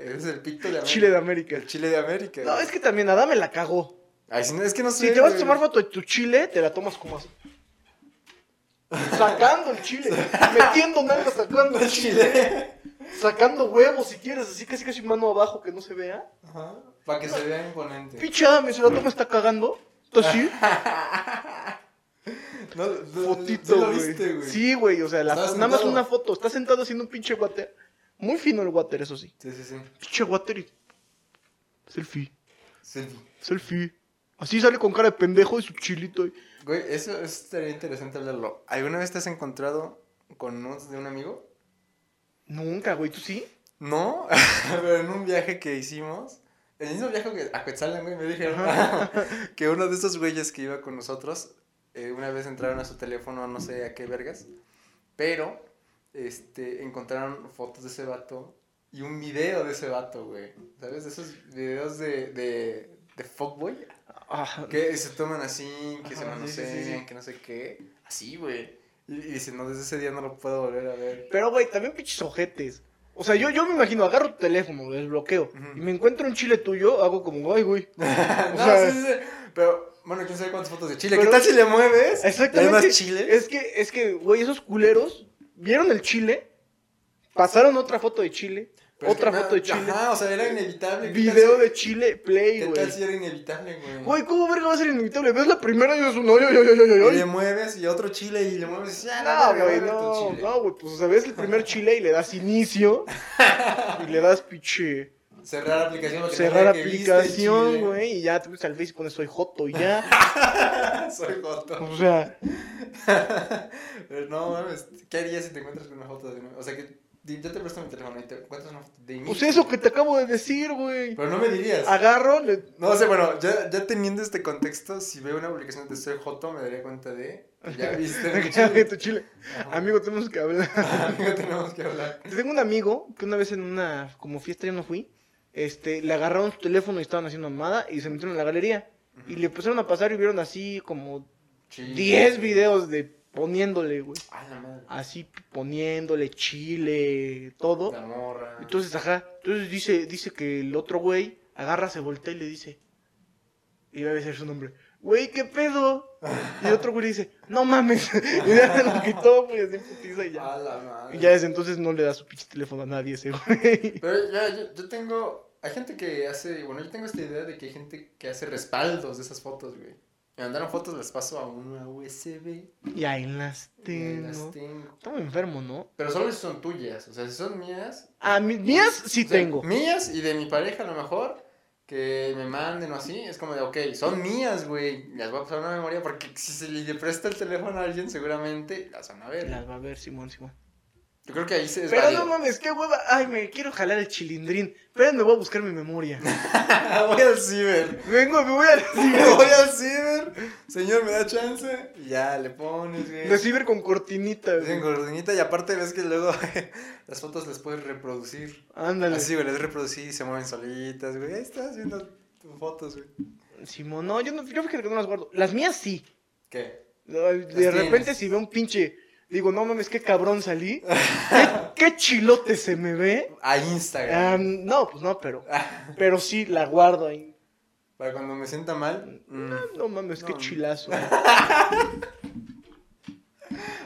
Speaker 4: es el pito de
Speaker 3: ¿no?
Speaker 4: América.
Speaker 3: Chile de América.
Speaker 4: El Chile de América.
Speaker 3: No, es que también Adame la cagó.
Speaker 4: Ay, si no- es que no sé.
Speaker 3: Si te vas a
Speaker 4: güey.
Speaker 3: tomar foto de tu chile, te la tomas como así. Sacando el chile, metiendo nalgas, sacando el chile, sacando huevos si quieres, así casi casi mano abajo que no se vea.
Speaker 4: Ajá, Para que se vea imponente.
Speaker 3: Picha, me se la toma, está cagando. Está así,
Speaker 4: No, no, no,
Speaker 3: fotito,
Speaker 4: ¿Lo
Speaker 3: güey.
Speaker 4: viste, güey?
Speaker 3: Sí, güey, o sea, la-
Speaker 4: Estaba
Speaker 3: nada más
Speaker 4: sentado.
Speaker 3: una foto. Está sentado haciendo un pinche water. Muy fino el water, eso sí.
Speaker 4: Sí, sí, sí.
Speaker 3: Pinche water y. Selfie,
Speaker 4: Selfie.
Speaker 3: selfie. Así sale con cara de pendejo y su chilito. y-
Speaker 4: Güey, eso, eso estaría interesante hablarlo. ¿Alguna vez te has encontrado con nudes de un amigo?
Speaker 3: Nunca, güey, ¿tú sí?
Speaker 4: No, pero en un viaje que hicimos, el mismo viaje que a Quetzalan, güey, me dijeron que uno de esos güeyes que iba con nosotros, eh, una vez entraron a su teléfono, no sé a qué vergas, pero este, encontraron fotos de ese vato y un video de ese vato, güey. ¿Sabes? De esos videos de, de, de fuckboy
Speaker 3: Ah,
Speaker 4: que se toman así, que se
Speaker 3: Ajá, Ah, sí, sí,
Speaker 4: manosean,
Speaker 3: sí.
Speaker 4: que no sé qué. Así, güey. Y, y dice, no, desde ese día no lo puedo volver a ver.
Speaker 3: Pero, güey, también pinches ojetes. O sea, yo, yo me imagino, agarro tu teléfono, lo desbloqueo,
Speaker 4: Ujú.
Speaker 3: y me encuentro un chile tuyo, hago como, ay, güey.
Speaker 4: no,
Speaker 3: sea-
Speaker 4: sí, sí, sí. Pero, bueno, quién sabe cuántas fotos de Chile.
Speaker 3: Pero-
Speaker 4: ¿Qué tal si le mueves?
Speaker 3: Exactamente.
Speaker 4: ¿Le das chile?
Speaker 3: Es que, es que, güey, esos culeros vieron el chile, pasaron otra foto de chile,
Speaker 4: Pero es que
Speaker 3: otra
Speaker 4: no,
Speaker 3: foto de chile,
Speaker 4: Ajá, o sea, era inevitable. ¿Qué tal
Speaker 3: video
Speaker 4: si-
Speaker 3: de chile, play,
Speaker 4: ¿Qué
Speaker 3: güey.
Speaker 4: tal si era inevitable, güey?
Speaker 3: Güey, ¿cómo verga va a ser inevitable? ¿Ves la primera y es un hoyo, yo, yo, yo, yo,
Speaker 4: Y le mueves y otro Chile y le mueves. y "Ah, ya, la
Speaker 3: No,
Speaker 4: verga,
Speaker 3: güey,
Speaker 4: voy a ver tu
Speaker 3: no,
Speaker 4: Chile.
Speaker 3: no, güey, pues, o sea, ves el primer chile y le das inicio, y le das pinche...
Speaker 4: Cerrar aplicación. porque
Speaker 3: Cerrar
Speaker 4: tenía que
Speaker 3: aplicación,
Speaker 4: viste, Chile.
Speaker 3: güey, y ya te metes al Face y pones soy Joto y ya.
Speaker 4: Soy joto.
Speaker 3: o sea,
Speaker 4: Pero Pues no, mames, ¿qué harías si te encuentras con una foto de un- O sea, que di- yo te presto mi teléfono y te encuentras una foto de mí.
Speaker 3: pues eso que Ah. te acabo de decir, güey.
Speaker 4: Pero no me dirías.
Speaker 3: Agarro, le...
Speaker 4: No o sea, bueno, ya, ya teniendo este contexto, si veo una publicación de Soy Joto, me daría cuenta de. pues Ya viste. mi
Speaker 3: Cállate,
Speaker 4: Chile.
Speaker 3: tu chile.
Speaker 4: Ajá. Ah,
Speaker 3: Amigo, tenemos que hablar.
Speaker 4: Amigo, tenemos que hablar.
Speaker 3: Tengo un amigo que una vez en una como fiesta yo no fui, este, le agarraron su teléfono y estaban haciendo mamada y se metieron en la galería. Y le pusieron a pasar y vieron así como 10 videos de poniéndole, güey.
Speaker 4: Ah, la madre.
Speaker 3: Así poniéndole chile, todo.
Speaker 4: La morra.
Speaker 3: Entonces, ajá, entonces dice, dice que el otro güey agarra, se voltea y le dice, Y va a decir su nombre. Güey, ¿qué pedo? Y el otro güey le dice, no mames. Y ya lo quitó, güey, así putiza y ya.
Speaker 4: A la madre.
Speaker 3: Y ya desde entonces no le da su pinche teléfono a nadie ese güey.
Speaker 4: Pero ya, yo, yo tengo. Hay gente que hace. Bueno, yo tengo esta idea de que hay gente que hace respaldos de esas fotos, güey. Me mandaron fotos, las paso a una USB.
Speaker 3: Y ahí las
Speaker 4: y ahí
Speaker 3: tengo.
Speaker 4: las tengo.
Speaker 3: Estamos enfermos, ¿no?
Speaker 4: Pero solo si son tuyas. O sea, si son mías.
Speaker 3: A mis mías sí
Speaker 4: o sea,
Speaker 3: tengo.
Speaker 4: Mías y de mi pareja a lo mejor. Que me manden o así. Es como de, ok, son mías, güey. Las voy a pasar a una memoria porque si se le presta el teléfono a alguien, seguramente las van a ver.
Speaker 3: Las va a ver Simón, Simón.
Speaker 4: Yo creo que ahí se es
Speaker 3: Pero
Speaker 4: válido.
Speaker 3: no mames, qué hueva. Ay, me quiero jalar el chilindrín. Pero me voy a buscar mi memoria.
Speaker 4: voy al ciber.
Speaker 3: Vengo, me voy a
Speaker 4: voy al ciber. Señor, ¿me da chance? Y ya, le pones, güey.
Speaker 3: recibir con cortinita, güey.
Speaker 4: Dicen gordinita y aparte ves que luego las fotos las puedes reproducir.
Speaker 3: Ándale.
Speaker 4: Así, güey, las reproducir y se mueven solitas, güey. Ahí estás viendo tus fotos, güey.
Speaker 3: Simón, no, yo no, yo fíjate que no las guardo. Las mías sí.
Speaker 4: ¿Qué?
Speaker 3: De
Speaker 4: tienes.
Speaker 3: repente si veo un pinche, digo, no mames, qué cabrón salí. ¿Qué, qué chilote se me ve.
Speaker 4: A Instagram.
Speaker 3: Ah, no, pues no, pero, pero sí la guardo ahí.
Speaker 4: Para cuando me sienta mal. mm.
Speaker 3: No mames, qué
Speaker 4: No.
Speaker 3: chilazo.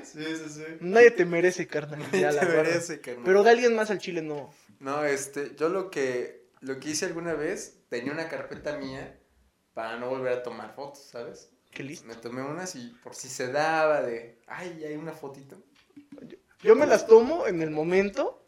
Speaker 4: Sí, sí, sí.
Speaker 3: Nadie te merece, carnal. Ya la
Speaker 4: Te
Speaker 3: guardo.
Speaker 4: merece, carnal.
Speaker 3: Pero de alguien más al chile no.
Speaker 4: No, este, yo lo que, lo que hice alguna vez, tenía una carpeta mía para no volver a tomar fotos, ¿sabes?
Speaker 3: Qué listo.
Speaker 4: Me tomé unas y por si se daba de, ay, hay una fotito.
Speaker 3: Yo me las tomo en el momento,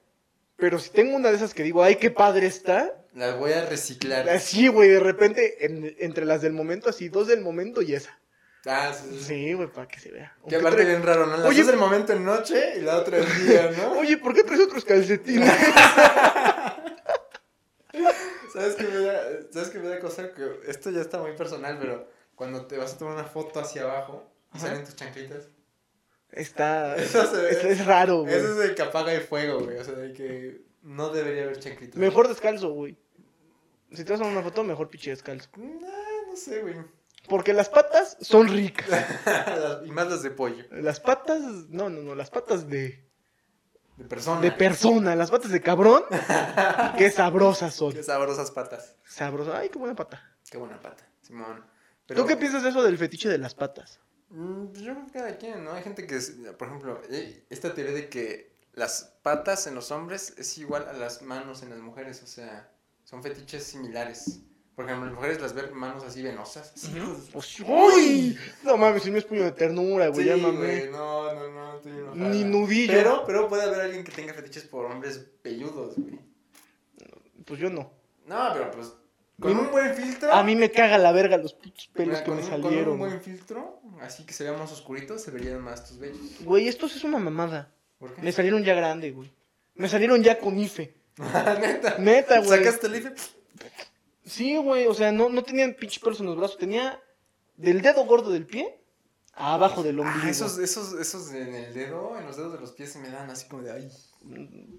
Speaker 3: pero si tengo una de esas que digo, ay, qué padre está,
Speaker 4: Las voy a reciclar.
Speaker 3: así, güey, de repente, en- entre las del momento, así, dos del momento y esa.
Speaker 4: Ah, sí, sí, sí.
Speaker 3: Sí, güey, para que se vea.
Speaker 4: Que
Speaker 3: Aunque
Speaker 4: aparte
Speaker 3: trae-
Speaker 4: bien raro, ¿no? Las
Speaker 3: Oye,
Speaker 4: dos del momento en noche y la otra en día, ¿no?
Speaker 3: Oye, ¿por qué traes otros calcetines?
Speaker 4: ¿Sabes qué me da, ¿sabes qué me da cosa? Que esto ya está muy personal, pero cuando te vas a tomar una foto hacia abajo y
Speaker 3: Ajá.
Speaker 4: salen tus chanclitas.
Speaker 3: Está.
Speaker 4: Eso se ve.
Speaker 3: es, es raro, Oh, güey.
Speaker 4: Ese es el que apaga el fuego, güey. O sea, de que no debería haber chanclitas.
Speaker 3: Mejor descalzo, güey. Si te vas a una foto, mejor piche descalzo.
Speaker 4: No, no sé, güey.
Speaker 3: Porque las patas son ricas.
Speaker 4: Las- y más las de pollo.
Speaker 3: Las patas. No, no, no. Las patas de.
Speaker 4: De persona.
Speaker 3: De persona. Las patas de cabrón. Qué sabrosas son.
Speaker 4: Qué sabrosas patas.
Speaker 3: Sabrosas. Ay, qué buena pata.
Speaker 4: Qué buena pata, Simón.
Speaker 3: ¿Tú qué piensas de eso del fetiche de las patas?
Speaker 4: Mm, pues Yo creo que cada quien, ¿no? Hay gente que, es- por ejemplo, eh, esta teoría de que las patas en los hombres es igual a las manos en las mujeres, o sea, son fetiches similares. Por ejemplo, las mujeres las ven manos así venosas. así,
Speaker 3: Pues, ¡Uy! No mames, si no es puño de ternura, güey.
Speaker 4: Sí,
Speaker 3: ya mamé.
Speaker 4: güey, no, no, no, estoy enojada.
Speaker 3: Ni nudillo.
Speaker 4: Pero, pero puede haber alguien que tenga fetiches por hombres pelludos, güey.
Speaker 3: Pues yo no.
Speaker 4: No, pero pues, con un buen filtro.
Speaker 3: A mí me caga la verga los putos
Speaker 4: mira,
Speaker 3: pelos que
Speaker 4: con
Speaker 3: me
Speaker 4: un- Con
Speaker 3: salieron.
Speaker 4: un buen filtro, así que se vean más oscuritos, se verían más tus bellos.
Speaker 3: Güey, esto sí es una mamada.
Speaker 4: ¿Por qué?
Speaker 3: Me salieron ya grande, güey. Me salieron ya con IFE.
Speaker 4: Neta.
Speaker 3: Neta, güey.
Speaker 4: Sacaste el IFE.
Speaker 3: Sí, güey. O sea, no, no tenían pinche pelos en los brazos. Tenía del dedo gordo del pie a abajo del ombligo.
Speaker 4: Ah, esos, esos, esos en el dedo, en los dedos de los pies se me dan así como de ay.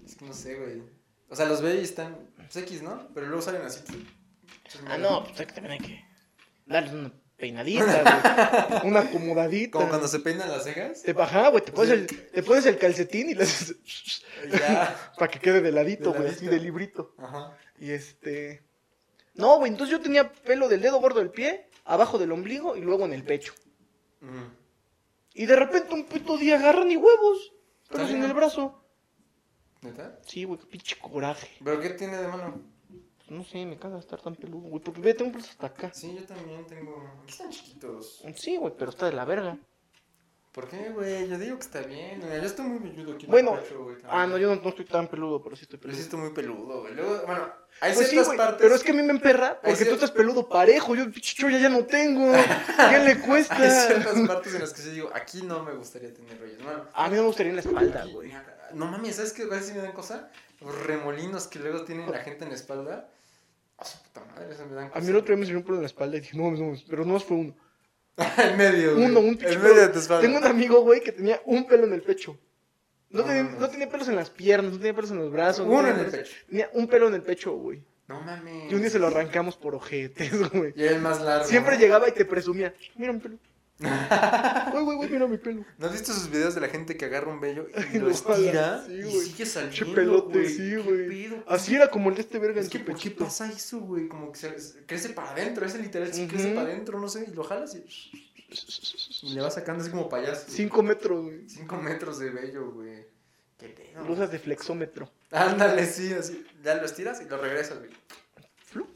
Speaker 4: Es que no sé, güey. O sea, los veo y están pues, X, ¿no? Pero luego salen así. pues,
Speaker 3: Ah, no, pues hay que también hay que darles una peinadita, güey. Una acomodadita.
Speaker 4: Como cuando se peinan las cejas.
Speaker 3: Te baja, güey. Te,
Speaker 4: Sí.
Speaker 3: pones el- te pones el calcetín y le haces.
Speaker 4: Ya.
Speaker 3: Para que quede de ladito,
Speaker 4: De
Speaker 3: güey. Así
Speaker 4: ladito.
Speaker 3: de librito.
Speaker 4: Ajá.
Speaker 3: Y este. No, güey. Entonces yo tenía pelo del dedo gordo del pie, abajo del ombligo y luego en el pecho.
Speaker 4: Mm.
Speaker 3: Y de repente un puto día agarran y huevos. Pero
Speaker 4: Está
Speaker 3: sin
Speaker 4: bien.
Speaker 3: el brazo.
Speaker 4: ¿Neta?
Speaker 3: Sí, güey, qué pinche coraje.
Speaker 4: ¿Pero qué tiene de malo?
Speaker 3: No sé, me caga estar tan peludo, güey. Porque ve, tengo un brazo hasta acá.
Speaker 4: Sí, yo también tengo. ¿Qué están chiquitos?
Speaker 3: Sí, güey, pero está de la verga.
Speaker 4: ¿Por qué, güey? Yo digo que está bien. Mira, yo estoy muy velludo aquí. en el
Speaker 3: Bueno,
Speaker 4: pecho, güey,
Speaker 3: Ah,
Speaker 4: también.
Speaker 3: no, yo no, no estoy tan peludo, pero sí estoy
Speaker 4: Pero
Speaker 3: peludo.
Speaker 4: sí estoy muy peludo, güey. Luego, bueno, hay
Speaker 3: Pues sí,
Speaker 4: ciertas
Speaker 3: güey,
Speaker 4: partes.
Speaker 3: pero es que a mí me emperra
Speaker 4: Hay
Speaker 3: porque tú
Speaker 4: cier-
Speaker 3: estás peludo parejo. Yo, pinche cholla, ya no tengo. ¿Qué le
Speaker 4: Hay
Speaker 3: cuesta?
Speaker 4: ciertas partes en las que yo digo, aquí no me gustaría tener rollos. Bueno,
Speaker 3: A mí no me gustaría en la espalda,
Speaker 4: Aquí,
Speaker 3: güey.
Speaker 4: nada. No mames, ¿sabes qué? ¿Sabes si me dan cosa? Los remolinos que luego tienen la gente en la espalda. A su puta madre, eso me dan cosa.
Speaker 3: A mí el otro día me salió un pelo en la espalda y dije, no, no, pero no fue uno.
Speaker 4: en medio. güey.
Speaker 3: Uno, un pinche
Speaker 4: En medio de
Speaker 3: pelo.
Speaker 4: tu espalda.
Speaker 3: Tengo un amigo, güey, que tenía un pelo en el pecho. No,
Speaker 4: No
Speaker 3: tenía,
Speaker 4: mames.
Speaker 3: no tenía pelos en las piernas, no tenía pelos en los brazos. no
Speaker 4: Uno
Speaker 3: tenía
Speaker 4: en el
Speaker 3: pelos-
Speaker 4: pecho.
Speaker 3: Tenía un pelo en el pecho, güey.
Speaker 4: No mames.
Speaker 3: Y un día se lo arrancamos por ojetes, güey.
Speaker 4: Y el más largo.
Speaker 3: Siempre
Speaker 4: ¿no?
Speaker 3: llegaba y te presumía, mira un pelo. Uy, güey, güey, mira mi pelo.
Speaker 4: ¿No has visto esos videos de la gente que agarra un vello y
Speaker 3: Ay,
Speaker 4: lo
Speaker 3: lo
Speaker 4: estira
Speaker 3: jala, sí,
Speaker 4: y
Speaker 3: güey.
Speaker 4: sigue
Speaker 3: Che
Speaker 4: saliendo,
Speaker 3: pelote,
Speaker 4: güey?
Speaker 3: sí,
Speaker 4: ¿Qué
Speaker 3: güey.
Speaker 4: pedo?
Speaker 3: Así era como el de este verga en
Speaker 4: Es que,
Speaker 3: su
Speaker 4: ¿por qué
Speaker 3: pechito.
Speaker 4: pasa eso, güey? Como que se- se- crece para adentro, ese literal sí crece
Speaker 3: Ujú.
Speaker 4: para adentro, no sé, y lo jalas y, y le vas sacando así como payaso. güey.
Speaker 3: Cinco metros, güey.
Speaker 4: Cinco metros de vello, güey. Qué pedo.
Speaker 3: Lo usas de flexómetro.
Speaker 4: Ándale, sí, así. Ya lo estiras y lo regresas, güey.
Speaker 3: Flup.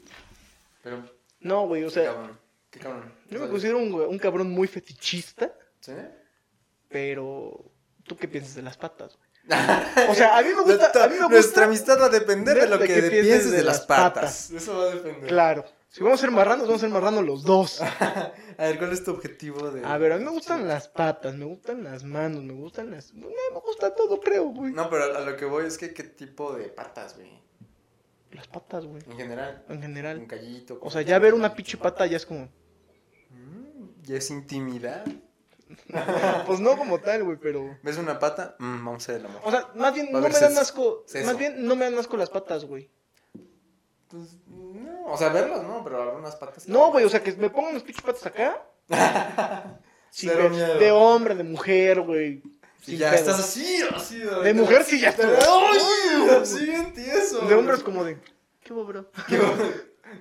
Speaker 4: Pero,
Speaker 3: No, güey, o
Speaker 4: qué
Speaker 3: sea,
Speaker 4: cabrón. Qué cabrón.
Speaker 3: yo me
Speaker 4: ¿Sabes?
Speaker 3: considero un, un cabrón muy fetichista,
Speaker 4: ¿Sí?
Speaker 3: pero ¿tú qué piensas de las patas? güey? O sea, a mí me gusta, a mí me gusta.
Speaker 4: Nuestra amistad va a depender de lo que,
Speaker 3: pienses
Speaker 4: pienses de,
Speaker 3: de
Speaker 4: las
Speaker 3: las
Speaker 4: patas.
Speaker 3: patas.
Speaker 4: Eso va a depender.
Speaker 3: Claro. Si vamos a ser marranos, vamos a ser marranos los dos.
Speaker 4: A ver, ¿cuál es tu objetivo de...?
Speaker 3: A ver, a mí me gustan las patas, me gustan las manos, me gustan las... No, me gusta todo, creo, güey.
Speaker 4: No, pero a lo que voy es que qué tipo de patas, güey.
Speaker 3: Las patas, güey,
Speaker 4: En general.
Speaker 3: en
Speaker 4: Un
Speaker 3: general.
Speaker 4: callito.
Speaker 3: O sea, ya ver una pinche pata ya es como...
Speaker 4: Mm, Ya es intimidad.
Speaker 3: Pues no como tal, güey, pero...
Speaker 4: ¿Ves una pata? Mm, vamos a hacer el amor.
Speaker 3: O sea, más bien
Speaker 4: Va
Speaker 3: no
Speaker 4: a
Speaker 3: me
Speaker 4: haber
Speaker 3: dan
Speaker 4: sexo.
Speaker 3: asco...
Speaker 4: Sexo.
Speaker 3: Más bien no me dan asco las patas, güey.
Speaker 4: Pues, no, o sea, verlos, ¿no? Pero algunas patas...
Speaker 3: No, güey, o sea, que me pongan los pinches patas acá. Sí,
Speaker 4: Cero
Speaker 3: güey,
Speaker 4: miedo.
Speaker 3: de hombre, de mujer, güey.
Speaker 4: Y
Speaker 3: sin
Speaker 4: ya
Speaker 3: pedos.
Speaker 4: estás así, así.
Speaker 3: De mujer sí ya
Speaker 4: Pero,
Speaker 3: estuvo.
Speaker 4: ¡Ay! Así bien tieso.
Speaker 3: De hombre es como de... ¿Qué hubo, bro?
Speaker 4: Qué bueno.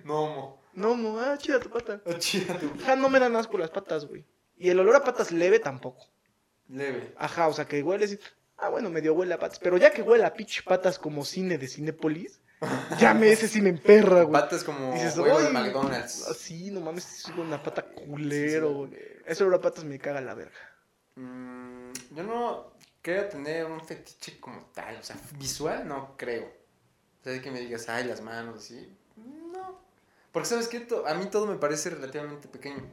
Speaker 4: No, mo.
Speaker 3: No, mo, ah, chida tu pata.
Speaker 4: Ah, chida tu-
Speaker 3: Ajá, no me dan asco las patas, güey. Y el olor a patas leve tampoco.
Speaker 4: Leve.
Speaker 3: Ajá, o sea, que huele así. Ah, bueno, medio huele a patas. Pero ya que huele a pinche patas como cine de Cinépolis, ya me ese sí me emperra, güey.
Speaker 4: Patas como
Speaker 3: Dices,
Speaker 4: huevo de
Speaker 3: "Ay".
Speaker 4: McDonald's.
Speaker 3: Así, no mames, es una pata
Speaker 4: Sí,
Speaker 3: culero,
Speaker 4: sí,
Speaker 3: güey. Ese olor a patas me caga la verga.
Speaker 4: Mm, yo no creo tener un fetiche como tal. O sea, visual no creo. O sea, de que me digas, ay, las manos, así. No. Porque, ¿sabes qué? To- A mí todo me parece relativamente pequeño.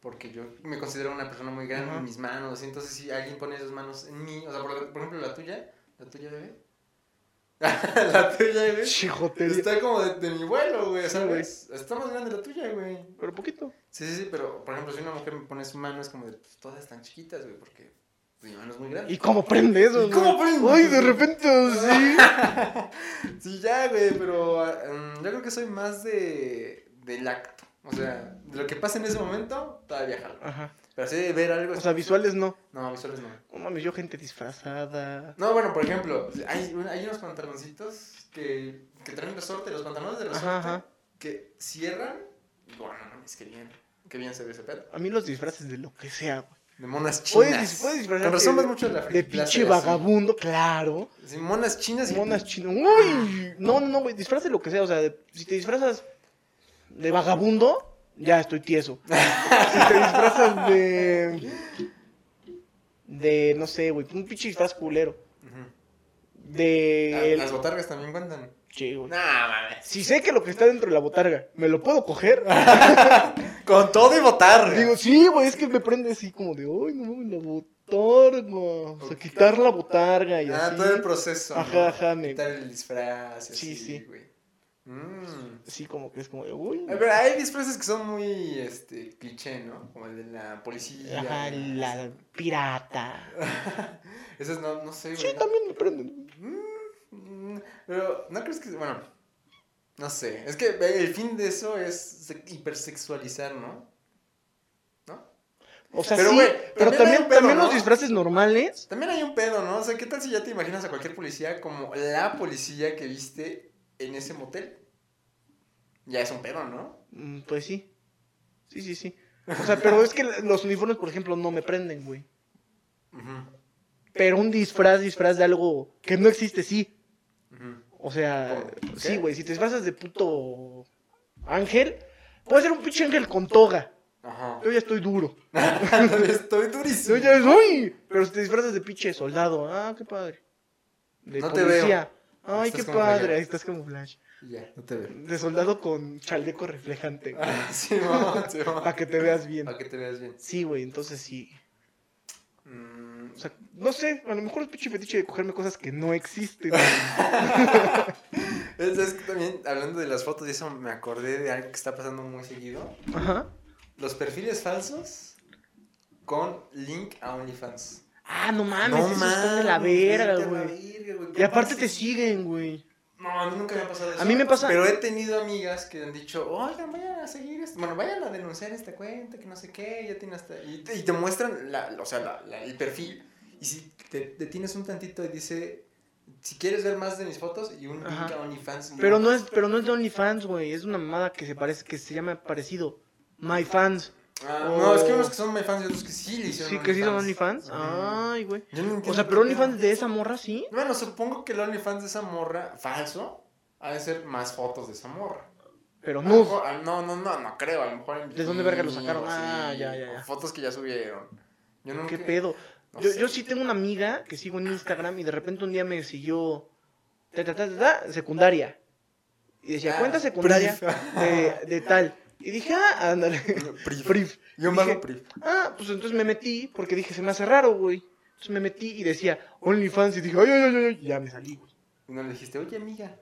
Speaker 4: Porque yo me considero una persona muy grande
Speaker 3: Ajá.
Speaker 4: en mis manos. así, Entonces, si alguien pone esas manos en mí, o sea, por, por ejemplo, la tuya, la tuya, bebé. la tuya, bebé.
Speaker 3: Chijotería.
Speaker 4: Está como de, de mi vuelo, güey,
Speaker 3: Sí,
Speaker 4: ¿sabes? Está más grande la tuya, güey.
Speaker 3: Pero poquito.
Speaker 4: Sí, sí, sí, pero por ejemplo, si una mujer me pone su mano, es como de, pues, todas están chiquitas, güey, porque pues, mi mano es muy grande.
Speaker 3: ¿Y cómo prende eso,
Speaker 4: ¿Y cómo
Speaker 3: güey?
Speaker 4: prende?
Speaker 3: Ay, de repente así.
Speaker 4: Sí, ya, güey, pero ah, mm, yo creo que soy más de del acto. O sea, de lo que pasa en ese momento, todavía jalo.
Speaker 3: Ajá.
Speaker 4: Pero así de ver algo.
Speaker 3: O
Speaker 4: es-
Speaker 3: sea, visuales no.
Speaker 4: No, visuales no.
Speaker 3: No mames, yo gente disfrazada.
Speaker 4: No, bueno, por ejemplo, hay, un- hay unos pantaloncitos que, que traen resorte, los pantalones de resorte,
Speaker 3: Ajá, ajá.
Speaker 4: que cierran. y, Bueno, no mames, qué bien. Qué bien se ve ese pedo.
Speaker 3: A mí los disfraces de lo que sea, güey.
Speaker 4: De monas chinas.
Speaker 3: Puedes, dis- puedes disfrazarte
Speaker 4: Con razón vas
Speaker 3: de-
Speaker 4: mucho de la
Speaker 3: De
Speaker 4: friki
Speaker 3: pinche
Speaker 4: plaza, así.
Speaker 3: vagabundo, claro.
Speaker 4: Sí, monas chinas y
Speaker 3: Monas chinas. ¡Uy! No, no, no, güey. Disfrace lo que sea. O sea, de- si te disfrazas de vagabundo, ya estoy tieso. si te disfrazas de. De, no sé, güey. Un pinche disfraz culero.
Speaker 4: Ujú. Ah,
Speaker 3: De. el-
Speaker 4: Las botargas también cuentan.
Speaker 3: Sí, güey.
Speaker 4: Nah, mames.
Speaker 3: Si sé que lo que está dentro de la botarga, ¿me lo puedo coger?
Speaker 4: Con todo y botarga.
Speaker 3: Digo, sí, güey, es que me prende así como de, ¡ay, no mames, la botarga! O sea, quitar la botarga y
Speaker 4: ah,
Speaker 3: así.
Speaker 4: todo el proceso. ¿no?
Speaker 3: Ajá, ajá, me-
Speaker 4: Quitar el disfraz. y
Speaker 3: Sí,
Speaker 4: así,
Speaker 3: sí.
Speaker 4: güey. Mm.
Speaker 3: Sí, como que es como de, ¡uy!
Speaker 4: Ay, Pero hay disfraces que son muy este, cliché, ¿no? Como el de la policía.
Speaker 3: Ajá, la pirata.
Speaker 4: Esos no, no sé,
Speaker 3: Sí,
Speaker 4: güey.
Speaker 3: también me prenden.
Speaker 4: Mm, Pero, ¿no crees que.? Bueno, no sé. Es que el fin de eso es se- hipersexualizar, ¿no? ¿No?
Speaker 3: O sea,
Speaker 4: Pero,
Speaker 3: sí,
Speaker 4: güey, también
Speaker 3: pero
Speaker 4: hay
Speaker 3: también,
Speaker 4: un pedo,
Speaker 3: también
Speaker 4: ¿no?
Speaker 3: los disfraces normales.
Speaker 4: También hay un pedo, ¿no? O sea, ¿qué tal si ya te imaginas a cualquier policía como la policía que viste en ese motel? Ya es un pedo, ¿no?
Speaker 3: mm, Pues sí. Sí, sí, sí. O sea, pero es que los uniformes, por ejemplo, no me prenden, güey.
Speaker 4: Ujú,
Speaker 3: Pero un disfraz, disfraz de algo que no existe, sí.
Speaker 4: ujú.
Speaker 3: O sea,
Speaker 4: ¿Por qué?
Speaker 3: sí, güey. Si te disfrazas de puto ángel, puede ser un pinche ángel con toga.
Speaker 4: Ajá.
Speaker 3: Yo ya estoy duro.
Speaker 4: Estoy durísimo.
Speaker 3: Yo ya soy. Pero si te disfrazas de pinche soldado, ah, qué padre. De
Speaker 4: No te
Speaker 3: policía. Ay,
Speaker 4: Estás
Speaker 3: qué
Speaker 4: camuflajeado.
Speaker 3: padre. Ahí estás camuflaje.
Speaker 4: Ya, no te veo.
Speaker 3: De soldado con chaleco reflejante.
Speaker 4: Ah, sí, mamá, sí, mamá.
Speaker 3: Para que te veas bien.
Speaker 4: Para que te veas bien.
Speaker 3: Sí, güey, entonces sí.
Speaker 4: Mm,
Speaker 3: O sea, no sé, a lo mejor es pinche fetiche de cogerme cosas que no existen.
Speaker 4: es, es que también, hablando de las fotos y eso, me acordé de algo que está pasando muy seguido.
Speaker 3: Ajá.
Speaker 4: Los perfiles falsos con link a OnlyFans.
Speaker 3: Ah, no mames, eso está de la
Speaker 4: mames,
Speaker 3: verga,
Speaker 4: vete a la
Speaker 3: güey.
Speaker 4: verga, güey.
Speaker 3: Y aparte
Speaker 4: Compartes-
Speaker 3: te siguen, güey.
Speaker 4: No, a mí nunca me ha pasado eso.
Speaker 3: A mí me pasa-
Speaker 4: Pero he tenido amigas que han dicho, oigan, vayan a seguir esto. Bueno, vayan a denunciar esta cuenta, que no sé qué, ya tiene hasta. Y te, y te muestran, la, o sea, la- la- el perfil. Y si te detienes un tantito y dice, si quieres ver más de mis fotos, y un
Speaker 3: Ajá.
Speaker 4: link a OnlyFans.
Speaker 3: Pero no es, pero no es de OnlyFans, güey. Es una mamada que se parece, que se llama parecido. MyFans.
Speaker 4: Ah, No, es que hay unos
Speaker 3: Oh.
Speaker 4: que son my fans y otros que sí le hicieron
Speaker 3: Sí, que sí son OnlyFans.
Speaker 4: Ajá.
Speaker 3: Ay, güey.
Speaker 4: Yo no
Speaker 3: O
Speaker 4: entiendo
Speaker 3: sea,
Speaker 4: por
Speaker 3: pero
Speaker 4: qué.
Speaker 3: OnlyFans de esa morra, sí.
Speaker 4: Bueno, supongo que el OnlyFans de esa morra, falso, ha de ser más fotos de esa morra.
Speaker 3: Pero
Speaker 4: A lo
Speaker 3: no.
Speaker 4: mejor- a- No, no, no, no creo. A lo mejor en
Speaker 3: ¿De dónde verga lo
Speaker 4: YouTube,
Speaker 3: sacaron?
Speaker 4: así,
Speaker 3: Ah, ya, ya, ya.
Speaker 4: o Fotos que ya subieron. Yo nunca.
Speaker 3: ¿Qué pedo?
Speaker 4: no
Speaker 3: Yo,
Speaker 4: sé.
Speaker 3: yo sí tengo una amiga que sigo en Instagram y de repente un día me siguió ta, ta, ta, ta, ta, secundaria. Y decía,
Speaker 4: Ah,
Speaker 3: cuenta secundaria
Speaker 4: prif.
Speaker 3: de, de tal. Y dije, ah, ándale.
Speaker 4: Prif.
Speaker 3: Prif.
Speaker 4: Yo
Speaker 3: Dije,
Speaker 4: bajo Prif.
Speaker 3: Ah, pues entonces me metí porque dije, se me hace raro, güey. Entonces me metí y decía, OnlyFans. Y dije, ay, ay, ay, ay, y ya me salí, güey.
Speaker 4: Y no le dijiste, oye, amiga.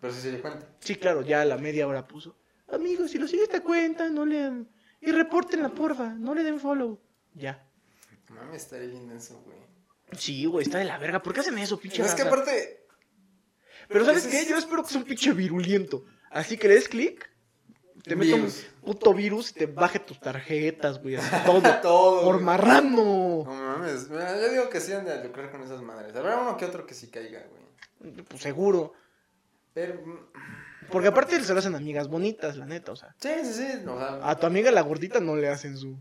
Speaker 4: Pero sí se dio cuenta.
Speaker 3: Sí, claro, ya a la media hora puso. Amigos, si lo sigue esta cuenta, no le... Y repórtenla, porfa, no le den follow. Ya.
Speaker 4: Mami, estaré bien denso, güey.
Speaker 3: Sí, güey, está de la verga. ¿Por qué hacen eso, pinche
Speaker 4: No, es que
Speaker 3: raza?
Speaker 4: aparte.
Speaker 3: Pero ¿sabes
Speaker 4: Ese
Speaker 3: qué?
Speaker 4: es-
Speaker 3: Yo espero que sea un pinche viruliento. Así que le des clic, te meto un
Speaker 4: Virus.
Speaker 3: puto virus y te baje tus tarjetas, güey. así todo.
Speaker 4: Todo.
Speaker 3: Por
Speaker 4: güey.
Speaker 3: marrano.
Speaker 4: No mames. Mira, Yo digo que sí han de lucrar con esas madres. Habrá uno que otro que sí caiga, güey.
Speaker 3: Pues seguro.
Speaker 4: Pero. mm,
Speaker 3: Porque aparte se lo hacen amigas bonitas, la neta, o sea.
Speaker 4: Sí, sí, sí. O sea,
Speaker 3: A tu amiga la gordita no le hacen su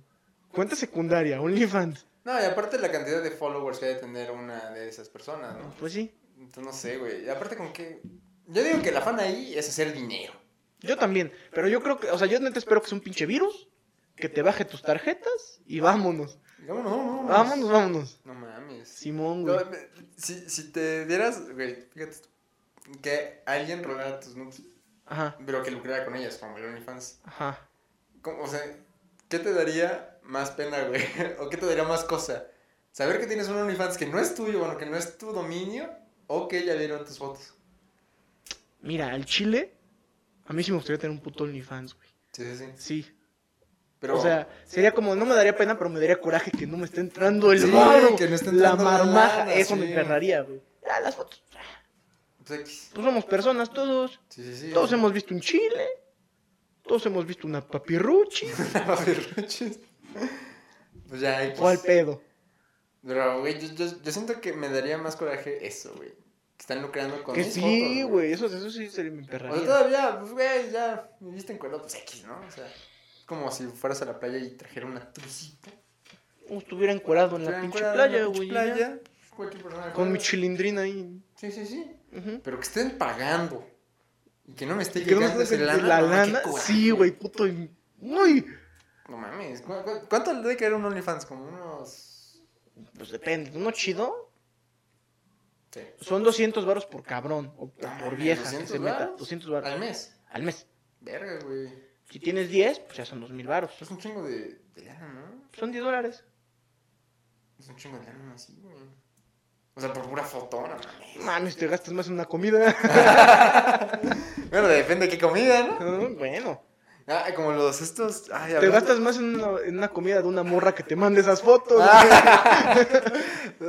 Speaker 3: cuenta secundaria, OnlyFans.
Speaker 4: No, y aparte la cantidad de followers que ha de tener una de esas personas, ¿no?
Speaker 3: Pues sí.
Speaker 4: Entonces, no sé, güey. Y aparte con qué... Yo digo que el afán ahí es hacer dinero.
Speaker 3: Yo también. Pero yo creo que, o sea, yo neta espero que sea un pinche virus, que te baje tus tarjetas y vámonos.
Speaker 4: Vámonos, vámonos.
Speaker 3: Vámonos, vámonos.
Speaker 4: No mames.
Speaker 3: Simón,
Speaker 4: No,
Speaker 3: güey.
Speaker 4: me- si, si te dieras, güey, fíjate esto, que alguien rolara tus nudes,
Speaker 3: Ajá,
Speaker 4: pero que lucrara con ellas, como el OnlyFans.
Speaker 3: ajá.
Speaker 4: Como, o sea, ¿qué te daría más pena, güey? ¿O qué te daría más cosa? Saber que tienes un OnlyFans que no es tuyo, bueno, que no es tu dominio, o que ya vieron tus fotos.
Speaker 3: Mira, al chile, a mí sí me gustaría tener un puto OnlyFans, güey.
Speaker 4: Sí, sí, sí.
Speaker 3: Sí.
Speaker 4: Pero,
Speaker 3: O sea, sería como, no me daría pena, pero me daría coraje que no me esté entrando el
Speaker 4: Sí,
Speaker 3: varo,
Speaker 4: que no esté
Speaker 3: la
Speaker 4: entrando la
Speaker 3: marmaja.
Speaker 4: lana,
Speaker 3: Eso me
Speaker 4: sí.
Speaker 3: encarnaría, güey. Ah, las fotos.
Speaker 4: pues, X.
Speaker 3: Pues somos personas todos.
Speaker 4: sí, sí, sí.
Speaker 3: Todos hemos visto un chile. Todos hemos visto una papirruchi.
Speaker 4: Paparruchis. Pues ya, ahí,
Speaker 3: ¿Cuál
Speaker 4: pues.
Speaker 3: pedo?
Speaker 4: Pero, güey, yo, yo- yo siento que me daría más coraje eso, güey. Que están lucrando con
Speaker 3: Que
Speaker 4: mis
Speaker 3: sí,
Speaker 4: fotos,
Speaker 3: güey. Eso, eso sí sería mi
Speaker 4: O sea,
Speaker 3: perraría.
Speaker 4: todavía, pues, güey, ya me viste en cuero, pues X, ¿no? O sea, es como si fueras a la playa y trajera una trucita.
Speaker 3: O estuviera encuerado en la
Speaker 4: Estuviera
Speaker 3: pinche
Speaker 4: encuerada en
Speaker 3: playa,
Speaker 4: la
Speaker 3: güey.
Speaker 4: pinche
Speaker 3: ya.
Speaker 4: playa, Cualquier persona.
Speaker 3: Con mi
Speaker 4: cualquier-
Speaker 3: chilindrina ahí.
Speaker 4: Sí, sí, sí.
Speaker 3: Ujú.
Speaker 4: Pero que estén pagando. Y que no me esté
Speaker 3: Que no me
Speaker 4: llegando
Speaker 3: estás
Speaker 4: ese
Speaker 3: de
Speaker 4: lana.
Speaker 3: la
Speaker 4: no, qué
Speaker 3: lana.
Speaker 4: coraje.
Speaker 3: Sí, güey, puto. Uy.
Speaker 4: No mames. ¿cu cu cuánto le debe caer a un OnlyFans? Como unos.
Speaker 3: Pues depende. Uno chido,
Speaker 4: Sí.
Speaker 3: Son 200 varos por cabrón o
Speaker 4: No
Speaker 3: por
Speaker 4: mames,
Speaker 3: vieja que se
Speaker 4: 200
Speaker 3: meta.
Speaker 4: Ah, varos.
Speaker 3: 200 varos
Speaker 4: Al mes.
Speaker 3: al mes.
Speaker 4: Verga, güey.
Speaker 3: Si tienes 10, pues ya son 2000 varos.
Speaker 4: Es un chingo de, de lana, ¿no?
Speaker 3: Son 10 dólares.
Speaker 4: Es un chingo de lana así, güey. O sea, por pura fotona, mames.
Speaker 3: Mames, te gastas más en una comida.
Speaker 4: Bueno, depende de qué comida, ¿no?
Speaker 3: Ah, bueno,
Speaker 4: Ah, como los estos. Ay,
Speaker 3: te
Speaker 4: hablando-
Speaker 3: gastas más en una, en una comida de una morra que te mande esas fotos.
Speaker 4: Ah,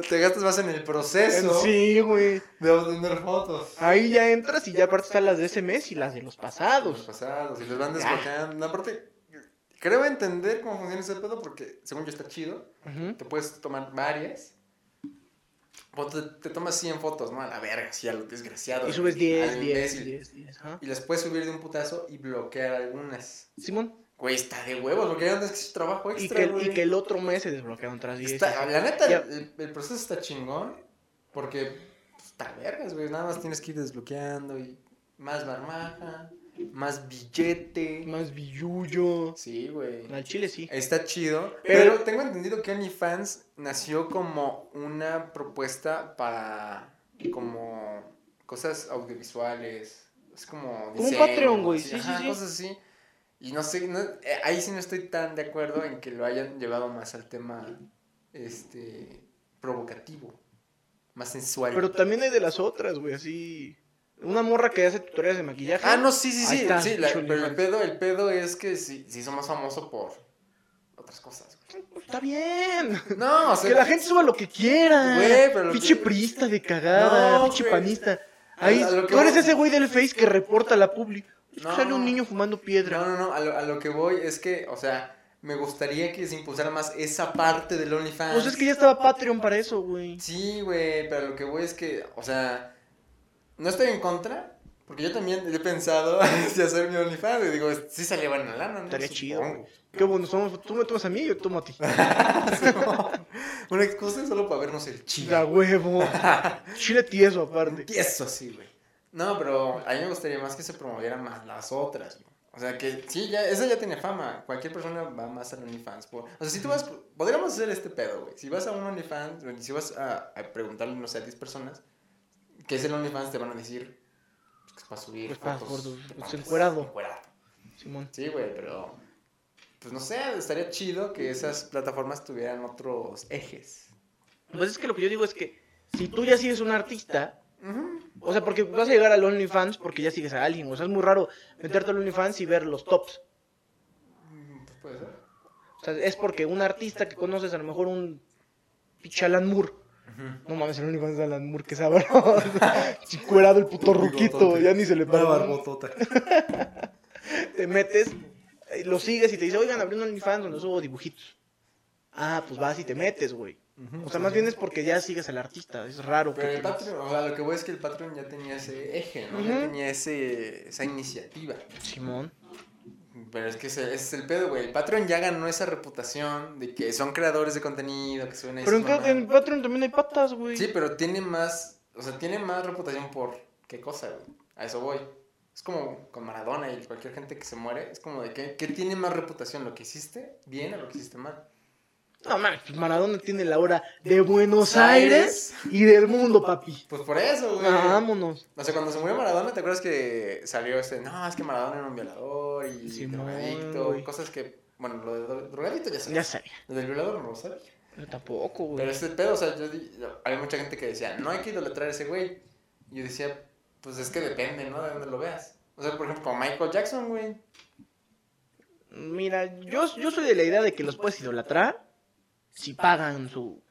Speaker 4: Te gastas más en el
Speaker 3: güey.
Speaker 4: proceso
Speaker 3: Sí, güey.
Speaker 4: de obtener fotos.
Speaker 3: Ahí ya entras y ya aparte están las de ese mes y las de
Speaker 4: Los
Speaker 3: los pasados.
Speaker 4: pasados, y los van desbloqueando. No, Aparte, creo entender cómo funciona ese pedo porque, según yo, está chido.
Speaker 3: Ujú.
Speaker 4: Te puedes tomar varias. O te, te tomas 100 fotos, ¿no? A la verga, sí, a lo desgraciado.
Speaker 3: Y subes
Speaker 4: al
Speaker 3: 10, 10,
Speaker 4: imbécil.
Speaker 3: 10, 10. ajá.
Speaker 4: Y las puedes subir de un putazo y bloquear algunas.
Speaker 3: Simón,
Speaker 4: Güey, está de huevos, porque ya andas que es trabajo
Speaker 3: y
Speaker 4: extra,
Speaker 3: que, el-
Speaker 4: güey.
Speaker 3: y que el otro mes se desbloquearon otras 10.
Speaker 4: Está- la neta,
Speaker 3: Ya.
Speaker 4: el, el proceso está chingón, porque pues, está vergas, güey. Nada más tienes que ir desbloqueando y más barmaja, más billete.
Speaker 3: Más billullo.
Speaker 4: Sí, güey.
Speaker 3: Al chile sí.
Speaker 4: Está chido.
Speaker 3: Pero-
Speaker 4: Pero, tengo entendido que OnlyFans nació como una propuesta para como cosas audiovisuales. Es como
Speaker 3: un Patreon, güey,
Speaker 4: así,
Speaker 3: sí, sí,
Speaker 4: ajá,
Speaker 3: sí.
Speaker 4: Cosas así. Y no sé, no- eh, ahí sí no estoy tan de acuerdo en que lo hayan llevado más al tema este provocativo, más sensual.
Speaker 3: Pero también hay de las otras, güey, así. Una morra que hace tutoriales de maquillaje.
Speaker 4: ah, no, sí, sí,
Speaker 3: Ahí
Speaker 4: sí.
Speaker 3: está,
Speaker 4: sí, la-
Speaker 3: dicho
Speaker 4: pero el
Speaker 3: OnlyFans.
Speaker 4: pedo, el pedo es que sí, sí somos famosos por otras cosas. güey.
Speaker 3: Está bien.
Speaker 4: No, o sea,
Speaker 3: Que la gente suba lo que quiera.
Speaker 4: Güey, pero lo que-
Speaker 3: pinche prista de cagada,
Speaker 4: No,
Speaker 3: pinche
Speaker 4: güey.
Speaker 3: panista. Ahí,
Speaker 4: A lo que
Speaker 3: tú eres
Speaker 4: voy-
Speaker 3: ese güey del Face que reporta a la publi.
Speaker 4: No.
Speaker 3: Sale un niño fumando
Speaker 4: No,
Speaker 3: piedra.
Speaker 4: no, no, a lo, a lo que voy es que, o sea, me gustaría que se impulsara más esa parte del OnlyFans.
Speaker 3: Pues es que ya estaba Patreon para eso, güey.
Speaker 4: Sí, güey, pero lo que voy es que, o sea, no estoy en contra, porque yo también he pensado de hacer mi OnlyFans, y digo, sí salía buena lana, ¿no?
Speaker 3: Estaría chido,
Speaker 4: Supongo.
Speaker 3: Qué bueno, somos, tú me tomas a mí y yo tomo a ti.
Speaker 4: Ah, Una excusa solo para vernos el
Speaker 3: La
Speaker 4: chido.
Speaker 3: huevo. Chile tieso aparte.
Speaker 4: Y eso sí, güey. No, pero a mí me gustaría más que se promovieran más las otras, güey. O sea que sí, ya, esa ya tiene fama. Cualquier persona va más al OnlyFans. por- O sea, si tú vas, podríamos hacer este pedo, güey. Si vas a un OnlyFans, o si vas a, a preguntarle, no sé, a 10 personas, ¿qué es el OnlyFans? Te van a decir, pues, que es para subir.
Speaker 3: Pues, para
Speaker 4: fotos,
Speaker 3: gordos, pues,
Speaker 4: papas,
Speaker 3: encuerado.
Speaker 4: encuerado.
Speaker 3: Simón.
Speaker 4: Sí, güey, pero. Pues no sé, estaría chido que esas plataformas tuvieran otros ejes.
Speaker 3: Pues es que lo que yo digo es que si tú ya sigues un artista,
Speaker 4: Ujú.
Speaker 3: o sea, porque vas a llegar al OnlyFans porque ya sigues a alguien. O sea, es muy raro meterte al OnlyFans y ver los tops.
Speaker 4: Mm, pues, puede ser.
Speaker 3: O sea, es porque un artista que conoces, a lo mejor un pinche Alan Moore. No mames, el OnlyFans de Alan Moore, que sabroso. Chicuerado el puto ruquito, ya ni se le para. Te metes, eh, lo sigues y te dice, oigan, abrí un OnlyFans donde subo dibujitos. Ah, pues vas y te metes, güey. O sea, más bien es porque ya sigues al artista, es raro.
Speaker 4: Pero
Speaker 3: que
Speaker 4: el
Speaker 3: te-
Speaker 4: Patreon, o sea, lo que voy es que el Patreon ya tenía ese eje, ¿no? Ya
Speaker 3: Ujú.
Speaker 4: tenía ese, esa iniciativa.
Speaker 3: Simón.
Speaker 4: Pero es que ese, ese es el pedo, güey. El Patreon ya ganó esa reputación de que son creadores de contenido, que suben a
Speaker 3: Pero en, ca- en Patreon también hay patas, güey.
Speaker 4: Sí, pero tiene más, o sea, tiene más reputación por qué cosa, güey. A eso voy. Es como con Maradona y cualquier gente que se muere, es como de que, ¿qué tiene más reputación? ¿Lo que hiciste bien o lo que hiciste mal?
Speaker 3: No mames, pues Maradona tiene la hora de Buenos Aires y del mundo, papi.
Speaker 4: Pues por eso, güey.
Speaker 3: Ah, Vámonos.
Speaker 4: No sé, cuando se murió Maradona, ¿te acuerdas que salió este? No, es que Maradona era un violador y
Speaker 3: Simón,
Speaker 4: drogadicto,
Speaker 3: güey.
Speaker 4: cosas que. Bueno, lo de dro- drogadicto ya sabes.
Speaker 3: Ya sabía.
Speaker 4: Lo del violador no lo sabía.
Speaker 3: Yo tampoco, güey.
Speaker 4: Pero este pedo, o sea, yo di- había mucha gente que decía, no hay que idolatrar a ese güey. Y yo decía, pues es que depende, ¿no? De dónde lo veas. O sea, por ejemplo, como Michael Jackson, güey.
Speaker 3: Mira, yo, yo soy de la idea de que los puedes idolatrar si pagan su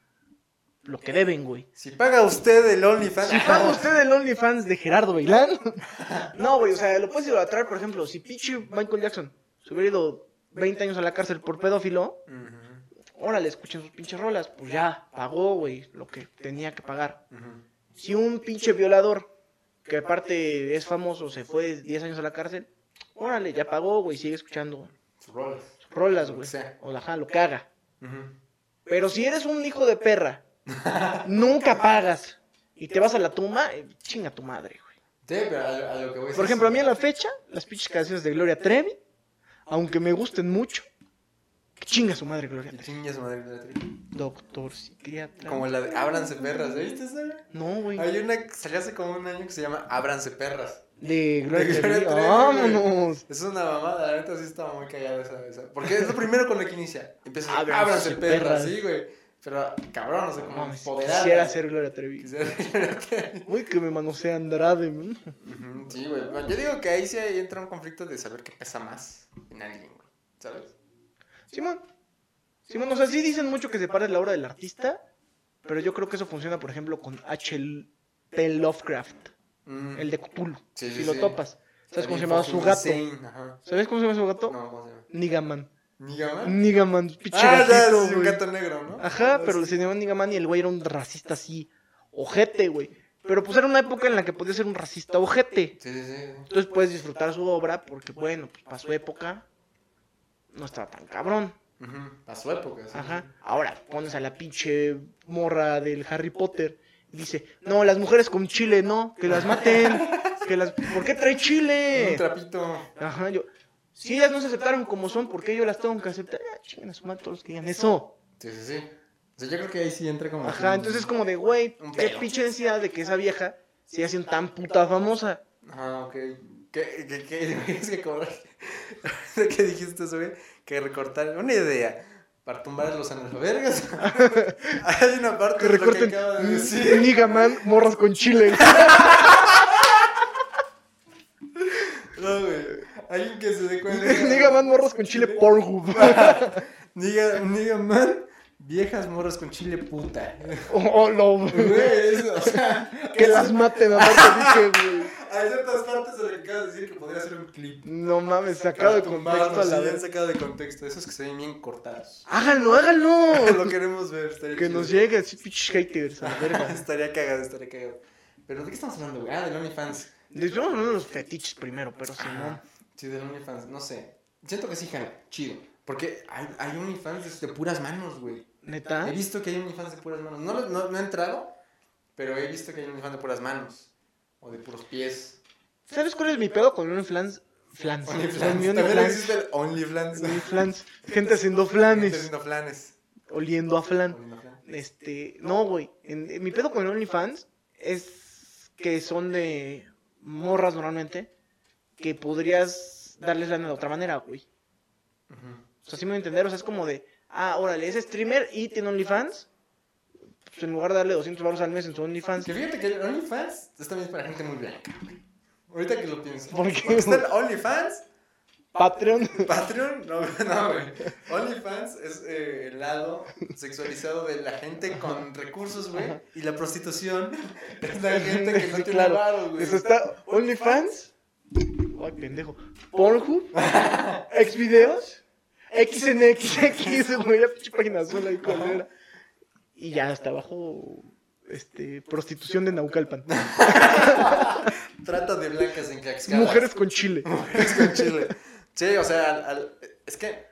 Speaker 3: lo que deben, güey.
Speaker 4: Si paga usted el OnlyFans.
Speaker 3: Si paga usted el OnlyFans de Gerardo Bailán. No, güey, o sea, lo puedes idolatrar, por ejemplo, si pinche Michael Jackson se hubiera ido 20 años a la cárcel por pedófilo,
Speaker 4: Ujú,
Speaker 3: órale, escuchen sus pinches rolas, pues ya, pagó, güey, lo que tenía que pagar.
Speaker 4: ujú.
Speaker 3: Si un pinche violador, que aparte es famoso, se fue 10 años a la cárcel, órale, ya pagó, güey, sigue escuchando
Speaker 4: Sus roles.
Speaker 3: rolas,
Speaker 4: Lo que
Speaker 3: güey.
Speaker 4: sea.
Speaker 3: O ajá, lo que haga.
Speaker 4: Ujú.
Speaker 3: Pero si eres un hijo de perra, nunca pagas y te vas a la tumba, eh, chinga tu madre, güey.
Speaker 4: Sí, pero a, lo- a lo que voy es
Speaker 3: Por ejemplo, a
Speaker 4: eso,
Speaker 3: mí a la
Speaker 4: güey.
Speaker 3: fecha, las pinches canciones de Gloria Trevi, aunque me gusten mucho, que chinga su madre Gloria
Speaker 4: Y
Speaker 3: Trevi.
Speaker 4: chingue su madre, la tri-
Speaker 3: Doctor psiquiatra.
Speaker 4: Como la de Ábranse perras, ¿eh? ¿viste esa? güey?
Speaker 3: No, güey.
Speaker 4: Hay una que salió hace como un año que se llama Ábranse perras.
Speaker 3: De
Speaker 4: de
Speaker 3: Gloria
Speaker 4: Gloria
Speaker 3: Trevi.
Speaker 4: Trevi, güey.
Speaker 3: Vámonos.
Speaker 4: Es una mamada, la neta sí estaba muy callada esa esa. Porque es lo primero con lo que inicia. Empieza a
Speaker 3: Ábranse
Speaker 4: ábranse perras,
Speaker 3: perras".
Speaker 4: sí, güey. Pero cabrón, no sé cómo
Speaker 3: Mames,
Speaker 4: empoderar.
Speaker 3: Quisiera
Speaker 4: güey.
Speaker 3: ser Gloria Trevi.
Speaker 4: Quisiera ser-
Speaker 3: Uy, que me manosea Andrade. man.
Speaker 4: Ujú, Sí, güey. Bueno, Yo digo que ahí sí ahí entra un conflicto de saber qué pesa más en alguien, güey. ¿Sabes?
Speaker 3: Simón. Simón, o sea, sí dicen mucho que separa la obra del artista, pero yo creo que eso funciona, por ejemplo, con H.P. Lovecraft,
Speaker 4: Mm.
Speaker 3: el de Cthulhu.
Speaker 4: Sí, sí,
Speaker 3: si lo
Speaker 4: sí.
Speaker 3: topas. ¿Sabes cómo se llamaba su
Speaker 4: Fucking
Speaker 3: gato?
Speaker 4: insane, ajá.
Speaker 3: ¿Sabes cómo se llama su gato?
Speaker 4: No, ¿cómo se llama?
Speaker 3: Nigaman.
Speaker 4: ¿Nigaman?
Speaker 3: Nigaman, pinche
Speaker 4: Ah, ya,
Speaker 3: gatito,
Speaker 4: sí, un
Speaker 3: güey.
Speaker 4: gato negro, ¿no?
Speaker 3: Ajá, pero se llamaba Nigaman y el güey era un racista así, ojete, güey. Pero pues era una época en la que podía ser un racista ojete.
Speaker 4: Sí, sí, sí.
Speaker 3: Entonces puedes disfrutar su obra porque, bueno, pues para su época no estaba tan cabrón.
Speaker 4: Ujú, A su época, sí.
Speaker 3: Ajá. Ahora pones a la pinche morra del Harry Potter y dice, no, las mujeres con chile, no, que las maten, que las... ¿Por qué trae
Speaker 4: Un
Speaker 3: chile?
Speaker 4: trapito.
Speaker 3: Ajá, yo... Si ellas no se aceptaron como son, ¿por qué yo las tengo que aceptar? Ah, chingan a su madre todos los que digan eso.
Speaker 4: Sí, sí, sí. O sea, yo creo que ahí sí entra como.
Speaker 3: Ajá, entonces es como de, güey,
Speaker 4: Un
Speaker 3: qué
Speaker 4: pedo.
Speaker 3: pinche necesidad de que esa vieja siga siendo tan puta famosa.
Speaker 4: Ah, ok. ¿Qué, qué, qué? Es que como... ¿De qué dijiste eso, güey? Que recortar... Una idea. Para tumbar a los analfabergas. Hay una parte de
Speaker 3: Que
Speaker 4: lo
Speaker 3: recorten
Speaker 4: que acaba de
Speaker 3: "N-
Speaker 4: decir.
Speaker 3: Nigaman, morras con chile.
Speaker 4: No, güey. Alguien que se dé cuenta.
Speaker 3: Nigaman, morras con chile, Pornhub.
Speaker 4: Niga, Niga man, Viejas morras con chile puta.
Speaker 3: O, o lo-
Speaker 4: Güey, eso, o sea,
Speaker 3: que las mate, mamá, te dije, güey.
Speaker 4: Hay ciertas partes de lo que acabas de decir que podría ser un clip.
Speaker 3: No mames, sacado de contexto a la
Speaker 4: Ah, sí,
Speaker 3: vez.
Speaker 4: sacado de contexto. Esos que se ven bien cortados.
Speaker 3: Háganlo, háganlo.
Speaker 4: lo queremos ver. estaría
Speaker 3: que
Speaker 4: chido.
Speaker 3: nos llegue así, pinches haters, a la verga.
Speaker 4: Estaría cagado, estaría cagado. Pero ¿de qué estamos hablando, güey? Ah, del OnlyFans.
Speaker 3: Les vamos a hablar de los fetiches primero, pero si no.
Speaker 4: Sí, del OnlyFans, no sé. Siento que sí, jala, chido. Porque hay, hay OnlyFans de puras manos, güey.
Speaker 3: Neta.
Speaker 4: He visto que hay OnlyFans de puras manos. No, lo- no, no he entrado, pero he visto que hay OnlyFans de puras manos. O de puros pies.
Speaker 3: ¿Sabes cuál es mi pedo con un flans? Flans. Con mi
Speaker 4: OnlyFans. También
Speaker 3: OnlyFans.
Speaker 4: existe el OnlyFlans.
Speaker 3: Mi flans. Gente haciendo
Speaker 4: Gente
Speaker 3: flanes.
Speaker 4: haciendo flanes.
Speaker 3: Oliendo a flan.
Speaker 4: Oliendo flan.
Speaker 3: Este. No, güey. En- en Mi pedo con OnlyFans es que son de morras normalmente. Que podrías darles lana de otra manera, güey.
Speaker 4: Ujú.
Speaker 3: O sea, sí me voy a entender. O sea, es como de. Ah, órale, es streamer y tiene OnlyFans. Pues en lugar de darle 200 baros al mes en su OnlyFans.
Speaker 4: Que fíjate que el OnlyFans es también para gente muy blanca. güey. Ahorita que lo pienso.
Speaker 3: ¿Por qué?
Speaker 4: Porque está el OnlyFans,
Speaker 3: Patreon.
Speaker 4: Patreon, no, no, güey. OnlyFans es eh, el lado sexualizado de la gente con recursos, güey. Y la prostitución es la gente que no
Speaker 3: Sí,
Speaker 4: tiene
Speaker 3: claro.
Speaker 4: varo, güey.
Speaker 3: Eso está OnlyFans. Ay, pendejo. Pornhub. Xvideos. XNXX, güey. La pinche página azul ahí cuál era. Y ya hasta abajo. Este, prostitución de Naucalpan.
Speaker 4: Trata de blancas en Tlaxcala.
Speaker 3: Mujeres con chile.
Speaker 4: Mujeres con chile. Sí, o sea, al- al- es que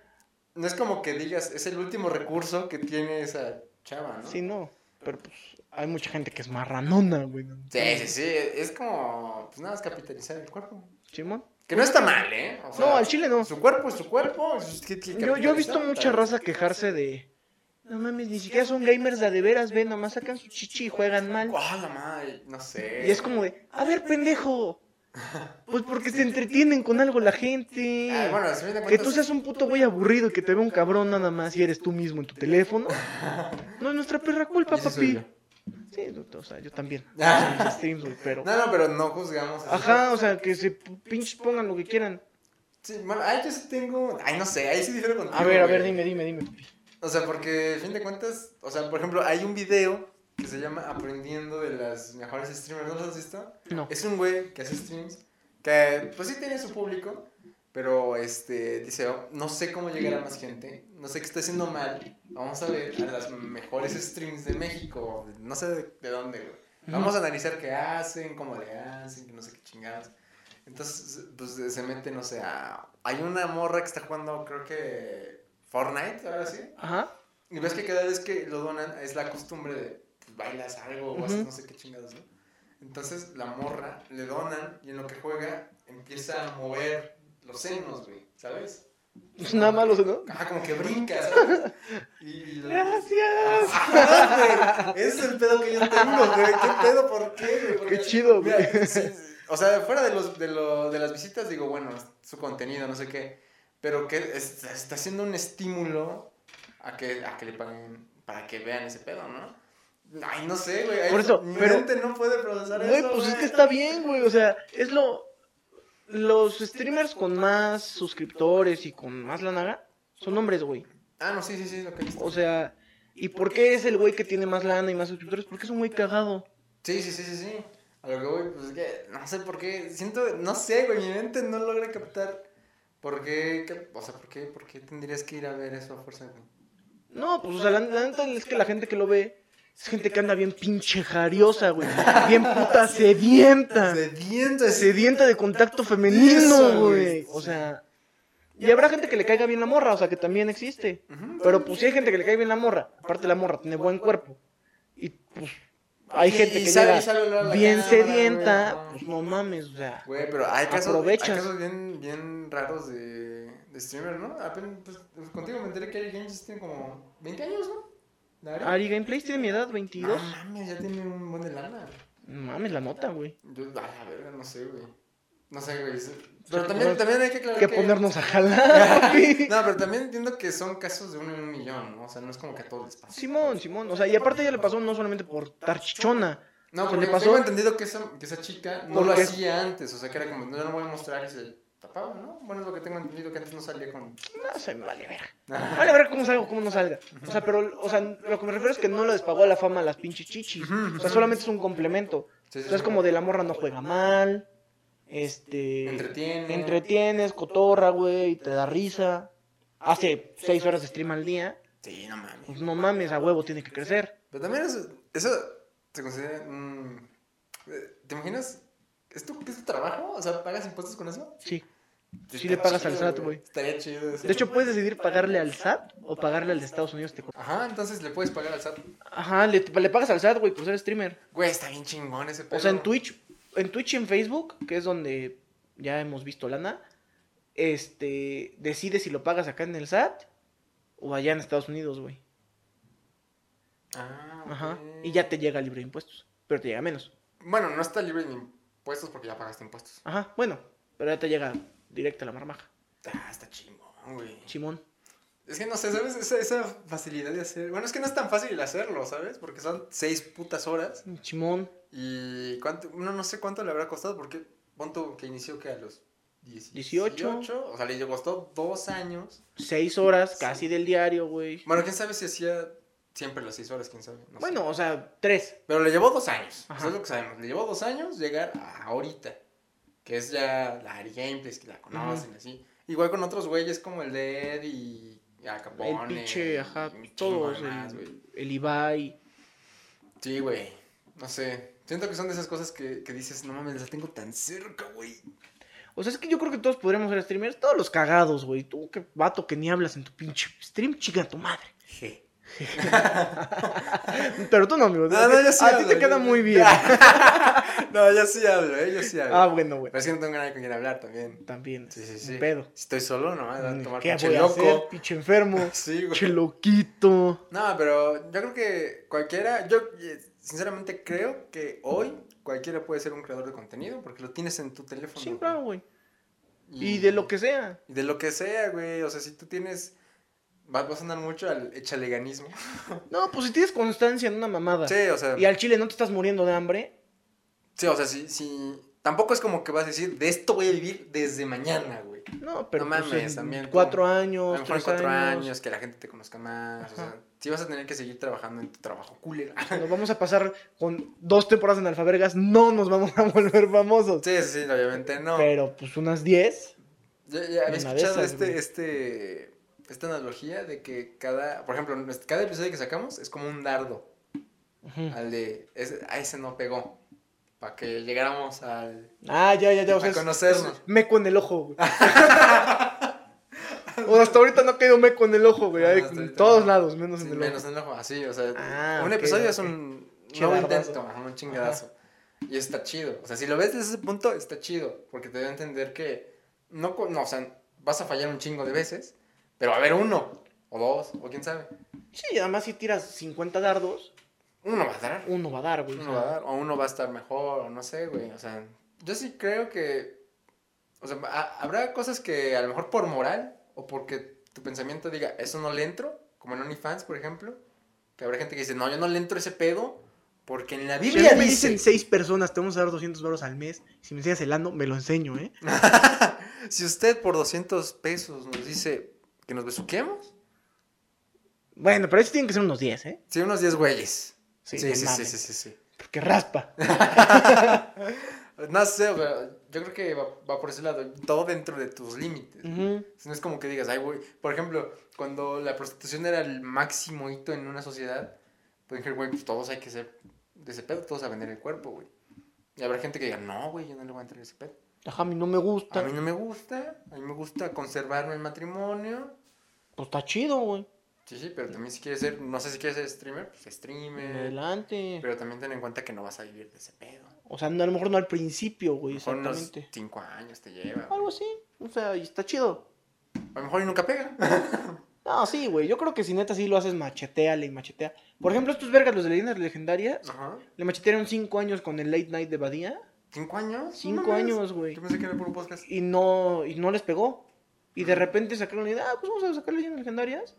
Speaker 4: no es como que digas, es el último recurso que tiene esa chava, ¿no?
Speaker 3: Sí, no. Pero pues hay mucha gente que es marranona, güey.
Speaker 4: Sí, sí, sí, es como, pues nada, es capitalizar el cuerpo.
Speaker 3: ¿Simón?
Speaker 4: Que no está mal, ¿eh? O sea,
Speaker 3: No, al chile no.
Speaker 4: Su cuerpo es su cuerpo. es que- que
Speaker 3: Yo, yo he visto
Speaker 4: capitalizar,
Speaker 3: mucha
Speaker 4: tal.
Speaker 3: raza quejarse de. No mames, ni siquiera son gamers de a de veras, ven, nomás sacan su chichi y juegan mal.
Speaker 4: Ah, la madre, no sé.
Speaker 3: Y es como de, a ver, pendejo. Pues porque se entretienen con algo la gente.
Speaker 4: Ah, bueno, si me
Speaker 3: que tú seas un puto güey aburrido y que te ve un cabrón nada más y eres tú mismo en tu teléfono. No es nuestra perra culpa, papi. Sí, no, o sea, yo también.
Speaker 4: Ah.
Speaker 3: Mis streams, güey, pero.
Speaker 4: No, no, pero no juzgamos. eso.
Speaker 3: Ajá, o sea, que se pinches pongan lo que quieran.
Speaker 4: Sí, bueno, ahí yo sí tengo. Ay, no sé, ahí sí difiero contigo.
Speaker 3: A ver, a
Speaker 4: güey.
Speaker 3: ver, dime, dime, dime. papi.
Speaker 4: O sea, porque a fin de cuentas, o sea, por ejemplo, hay un video que se llama Aprendiendo de las mejores streamers. ¿No lo has visto?
Speaker 3: No.
Speaker 4: Es un güey que hace streams, que pues sí tiene su público, pero este dice, "Oh, no sé cómo llegar a más gente, no sé qué está haciendo mal, vamos a ver a las mejores streams de México, no sé de, de dónde, güey. Vamos a analizar qué hacen, cómo le hacen, que no sé qué chingados. Entonces, pues se mete, no sé, a... Hay una morra que está jugando, creo que... Fortnite, ahora sí.
Speaker 3: Ajá.
Speaker 4: Y ves que cada vez que lo donan es la costumbre de pues, bailas algo o haces
Speaker 3: Ujú.
Speaker 4: no sé qué chingados, ¿no? Entonces la morra le donan y en lo que juega empieza a mover los senos, güey, ¿sabes?
Speaker 3: Pues nada malo, ¿no?
Speaker 4: Ajá, como que brinca, ¿sabes? Y, y la-
Speaker 3: Gracias.
Speaker 4: Ajá, Ah, güey. Ese es el pedo que yo tengo, güey. ¿Qué pedo? ¿Por qué? güey? Porque-
Speaker 3: Qué chido, güey.
Speaker 4: Mira, sí, sí. O sea, fuera de, los, de, lo- de las visitas, digo, bueno, su contenido, no sé qué. Pero que es- está haciendo un estímulo a que, a que le paguen para que vean ese pedo, ¿no? Ay, no sé, güey. ahí
Speaker 3: Por eso,
Speaker 4: mi
Speaker 3: pero-
Speaker 4: mente no puede procesar
Speaker 3: Güey,
Speaker 4: eso.
Speaker 3: pues es
Speaker 4: güey.
Speaker 3: que está bien, güey. O sea, es lo. Los streamers con más suscriptores y con más lana son hombres, güey.
Speaker 4: Ah, no, sí, sí, sí, lo que he visto.
Speaker 3: O sea, ¿y por qué es el güey que tiene más lana y más suscriptores? Porque es un güey cagado.
Speaker 4: Sí, sí, sí, sí, sí. A lo que voy, pues es que no sé por qué. Siento, no sé, güey, mi mente no logra captar por qué, qué- o sea, por qué, por qué tendrías que ir a ver eso a fuerza, güey.
Speaker 3: No, pues, o sea, la la neta es que la gente que lo ve es gente que anda bien pinche jariosa, güey. Bien puta sedienta.
Speaker 4: Sediento,
Speaker 3: Sedienta Ah, de contacto femenino,
Speaker 4: Eso, güey.
Speaker 3: güey. O sea, y habrá gente que le caiga bien la morra, o sea, que también existe.
Speaker 4: Ujú.
Speaker 3: Pero pues sí hay gente que le cae bien la morra. Aparte la morra tiene buen cuerpo. Y pues hay
Speaker 4: Y-
Speaker 3: gente
Speaker 4: y
Speaker 3: que
Speaker 4: sale-
Speaker 3: llega
Speaker 4: y sale olor a la
Speaker 3: bien
Speaker 4: cámara,
Speaker 3: sedienta.
Speaker 4: güey,
Speaker 3: Pues no mames, o sea.
Speaker 4: Güey, pero hay casos, hay
Speaker 3: Aprovechas.
Speaker 4: casos bien, bien raros de, de streamer, ¿no? Apenas, pues, pues, contigo me enteré que Ari Games tiene como 20 años, ¿no? ¿La Ari?
Speaker 3: Ari Gameplays tiene mi edad,
Speaker 4: No
Speaker 3: 22.
Speaker 4: mames, ya tiene un buen de lana.
Speaker 3: No mames, la nota, güey.
Speaker 4: Yo, a la verga, no sé, güey. No sé, güey. es-
Speaker 3: que
Speaker 4: Pero también,
Speaker 3: poner-
Speaker 4: también hay que
Speaker 3: Hay
Speaker 4: aclarar
Speaker 3: que ponernos a jalar. papi.
Speaker 4: No, pero también entiendo que son casos de uno en un millón, ¿no? O sea, no es como que a todos les pasa.
Speaker 3: Simón, Simón. O sea, y aparte ella le pasó no solamente por estar chichona.
Speaker 4: No,
Speaker 3: ¿Se
Speaker 4: porque pues
Speaker 3: le pasó?
Speaker 4: tengo entendido que esa, que esa chica no lo
Speaker 3: Porque-
Speaker 4: hacía antes, o sea, que era como, no, no voy a mostrar y se tapaba, ¿no? Bueno, es lo que tengo entendido que antes no salía con.
Speaker 3: No Ah, se me vale verga. Me Vale verga cómo salgo, cómo no salga. O sea, pero, o sea, lo que me refiero es que no le despagó a la fama a las pinches chichis. O sea, solamente es un complemento.
Speaker 4: Sí, sí,
Speaker 3: O sea, es
Speaker 4: sí.
Speaker 3: como de la morra no juega mal. Este.
Speaker 4: Entretiene.
Speaker 3: Entretienes, cotorra, güey, te da risa. Hace seis horas de stream al día.
Speaker 4: Sí, no mames.
Speaker 3: Pues no mames, a huevo tiene que crecer.
Speaker 4: Pero también eso, eso se considera. mm, eh, ¿Te imaginas? ¿Es tu, ¿Es tu trabajo? O sea, ¿pagas impuestos con eso?
Speaker 3: Sí. Sí
Speaker 4: Estaría
Speaker 3: le pagas al
Speaker 4: chido,
Speaker 3: SAT, güey.
Speaker 4: Estaría chido. eso.
Speaker 3: De hecho, puedes decidir pagarle al SAT o pagarle al de Estados Unidos. Te...
Speaker 4: Ajá, entonces le puedes pagar al SAT.
Speaker 3: Ajá, le, le pagas al SAT, güey, por ser streamer.
Speaker 4: Güey, está bien chingón ese pedo.
Speaker 3: O sea, en Twitch, en Twitch y en Facebook, que es donde ya hemos visto lana, este, decides si lo pagas acá en el SAT o allá en Estados Unidos, güey.
Speaker 4: Ah,
Speaker 3: Ajá.
Speaker 4: ok.
Speaker 3: Y ya te llega libre de impuestos, pero te llega menos.
Speaker 4: Bueno, no está libre de impuestos porque ya pagaste impuestos.
Speaker 3: Ajá, bueno, pero ya te llega directa la marmaja.
Speaker 4: Ah, está chingón, güey.
Speaker 3: Simón.
Speaker 4: Es que no sé, ¿sabes? Esa, esa facilidad de hacer. Bueno, es que no es tan fácil hacerlo, ¿sabes? Porque son seis putas horas.
Speaker 3: Simón.
Speaker 4: Y cuánto, uno no sé cuánto le habrá costado, porque punto que inició que a los 18.
Speaker 3: 18.
Speaker 4: O sea, le costó dos años.
Speaker 3: Seis horas
Speaker 4: Sí.
Speaker 3: casi del diario, güey.
Speaker 4: Bueno, quién sabe si hacía siempre las seis horas, quién sabe. no sé.
Speaker 3: Bueno, o sea, tres.
Speaker 4: Pero le llevó dos años.
Speaker 3: Ajá.
Speaker 4: Eso es lo que sabemos. Le llevó dos años llegar a ahorita. Que es ya la Ari Gameplays, que la conocen, así. Igual con otros güeyes como el de Ed y a Capone.
Speaker 3: El pinche, ajá,
Speaker 4: y un chingo
Speaker 3: todos.
Speaker 4: de más, güey.
Speaker 3: El, el Ibai.
Speaker 4: Sí, güey. No sé. Siento que son de esas cosas que, que dices, no mames, la tengo tan cerca, güey.
Speaker 3: O sea, es que yo creo que todos podríamos ser streamers. Todos los cagados, güey. Tú, qué vato que ni hablas en tu pinche stream, chica tu madre.
Speaker 4: Je.
Speaker 3: Pero tú no, amigo.
Speaker 4: No, Ah, no, yo sí Ah,
Speaker 3: a ti
Speaker 4: hablo,
Speaker 3: te
Speaker 4: yo-
Speaker 3: queda muy bien.
Speaker 4: no, yo sí hablo, eh, yo sí hablo.
Speaker 3: ah, bueno, güey.
Speaker 4: Pero es que no tengo nadie con quien hablar también.
Speaker 3: También.
Speaker 4: Sí, sí, sí.
Speaker 3: Un pedo.
Speaker 4: Si estoy solo, nomás, voy a tomar
Speaker 3: ¿Qué
Speaker 4: pinche
Speaker 3: voy a
Speaker 4: loco.
Speaker 3: hacer? Pinche enfermo.
Speaker 4: Sí, güey.
Speaker 3: Pinche loquito.
Speaker 4: No, pero yo creo que cualquiera, yo eh, sinceramente creo que hoy cualquiera puede ser un creador de contenido porque lo tienes en tu teléfono.
Speaker 3: Sí,
Speaker 4: güey.
Speaker 3: claro, güey. Y de lo que sea.
Speaker 4: y de lo que sea, güey. O sea, si tú tienes, vas, vas a andar mucho al echaleganismo.
Speaker 3: No, pues si tienes constancia en una mamada.
Speaker 4: Sí, o sea,
Speaker 3: Ah. Y al chile no te estás muriendo de hambre.
Speaker 4: sí, o sea, si, si, tampoco es como que vas a decir, de esto voy a vivir desde mañana, güey.
Speaker 3: No, pero
Speaker 4: No
Speaker 3: pues,
Speaker 4: mames,
Speaker 3: en
Speaker 4: también
Speaker 3: cuatro
Speaker 4: como- A
Speaker 3: años,
Speaker 4: lo mejor en
Speaker 3: tres
Speaker 4: cuatro años.
Speaker 3: años.
Speaker 4: que la gente te conozca más. O
Speaker 3: Ajá.
Speaker 4: sea, sí vas a tener que seguir trabajando en tu trabajo culero.
Speaker 3: Nos vamos a pasar con dos temporadas en Alfabergas. No nos vamos a volver famosos.
Speaker 4: sí, sí, sí, obviamente no.
Speaker 3: Pero pues unas diez.
Speaker 4: Ya, ya había
Speaker 3: Una de
Speaker 4: escuchado
Speaker 3: esas,
Speaker 4: este,
Speaker 3: güey.
Speaker 4: este, esta analogía de que cada, por ejemplo, nues- cada episodio que sacamos es como un dardo.
Speaker 3: Ujú.
Speaker 4: Al de, ese- a ese no pegó. Para que llegáramos al.
Speaker 3: Ah, ya, ya, ya. O sea,
Speaker 4: a
Speaker 3: es-
Speaker 4: conocernos.
Speaker 3: meco en el ojo, güey. o sea, hasta ahorita no ha caído meco en el ojo, güey.
Speaker 4: No,
Speaker 3: Hay
Speaker 4: Ah, hasta
Speaker 3: en
Speaker 4: ahorita
Speaker 3: todos
Speaker 4: no.
Speaker 3: lados, menos
Speaker 4: sí,
Speaker 3: en el
Speaker 4: menos
Speaker 3: ojo.
Speaker 4: en el ojo, así, o sea,
Speaker 3: Ah,
Speaker 4: un
Speaker 3: ok,
Speaker 4: episodio es
Speaker 3: ok.
Speaker 4: un nuevo
Speaker 3: Chingadazo.
Speaker 4: intento, ajá, un chingadazo. Y está chido, o sea, si lo ves desde ese punto, está chido, porque te da a entender que no, co- no, o sea, vas a fallar un chingo de veces, pero va a haber uno, o dos, o quién sabe.
Speaker 3: Sí, además si tiras 50 dardos,
Speaker 4: Uno va a dar.
Speaker 3: uno va a dar, güey. o
Speaker 4: uno va
Speaker 3: sea.
Speaker 4: a dar, o uno va a estar mejor, o no sé, güey. O sea, yo sí creo que. O sea, ha- habrá cosas que a lo mejor por moral o porque tu pensamiento diga, eso no le entro, como en OnlyFans, por ejemplo. Que habrá gente que dice, no, yo no le entro ese pedo porque en la
Speaker 3: Si
Speaker 4: Biblia
Speaker 3: a mí me
Speaker 4: dice.
Speaker 3: dicen seis personas, te vamos a dar 200 baros al mes. Si me enseñas el ano, me lo enseño, ¿eh?
Speaker 4: Si usted por 200 pesos nos dice que nos besuquemos,
Speaker 3: Bueno, pero eso tienen que ser unos 10, ¿eh?
Speaker 4: sí, unos 10 güeyes. Sí, sí,
Speaker 3: no
Speaker 4: sí, sí,
Speaker 3: mames,
Speaker 4: sí, sí.
Speaker 3: Porque raspa.
Speaker 4: No sé, o sea, yo creo que va, va por ese lado. Todo dentro de tus límites.
Speaker 3: Ujú.
Speaker 4: No es como que digas, ay, güey. Por ejemplo, cuando la prostitución era el máximo hito en una sociedad, pues dije, güey, pues todos hay que ser de ese pedo, todos a vender el cuerpo, güey. Y habrá gente que diga, no, güey, yo no le voy a entrar a ese pedo.
Speaker 3: Ajá, a mí no me gusta.
Speaker 4: A mí no me gusta, a mí me gusta conservarme el matrimonio.
Speaker 3: Pues está chido, güey.
Speaker 4: Sí, sí, pero también si quieres ser, no sé si quieres ser streamer, pues streamer.
Speaker 3: Adelante.
Speaker 4: Pero también ten en cuenta que no vas a vivir de ese pedo.
Speaker 3: O sea, no, a lo mejor no al principio, güey,
Speaker 4: Con unos
Speaker 3: exactamente.
Speaker 4: cinco años te lleva. güey.
Speaker 3: Algo así. O sea, y está chido.
Speaker 4: A lo mejor y nunca pega.
Speaker 3: No, sí, güey. Yo creo que si neta sí lo haces, macheteale y machetea. Por ejemplo, estos vergas, los de leyendas legendarias,
Speaker 4: Ajá.
Speaker 3: le machetearon cinco años con el late night de Badía.
Speaker 4: ¿Cinco años?
Speaker 3: Cinco
Speaker 4: No mames.
Speaker 3: años, güey.
Speaker 4: Yo pensé que era por un podcast.
Speaker 3: Y no, y no les pegó. Y de repente sacaron la idea, ah, pues vamos a sacar leyendas legendarias.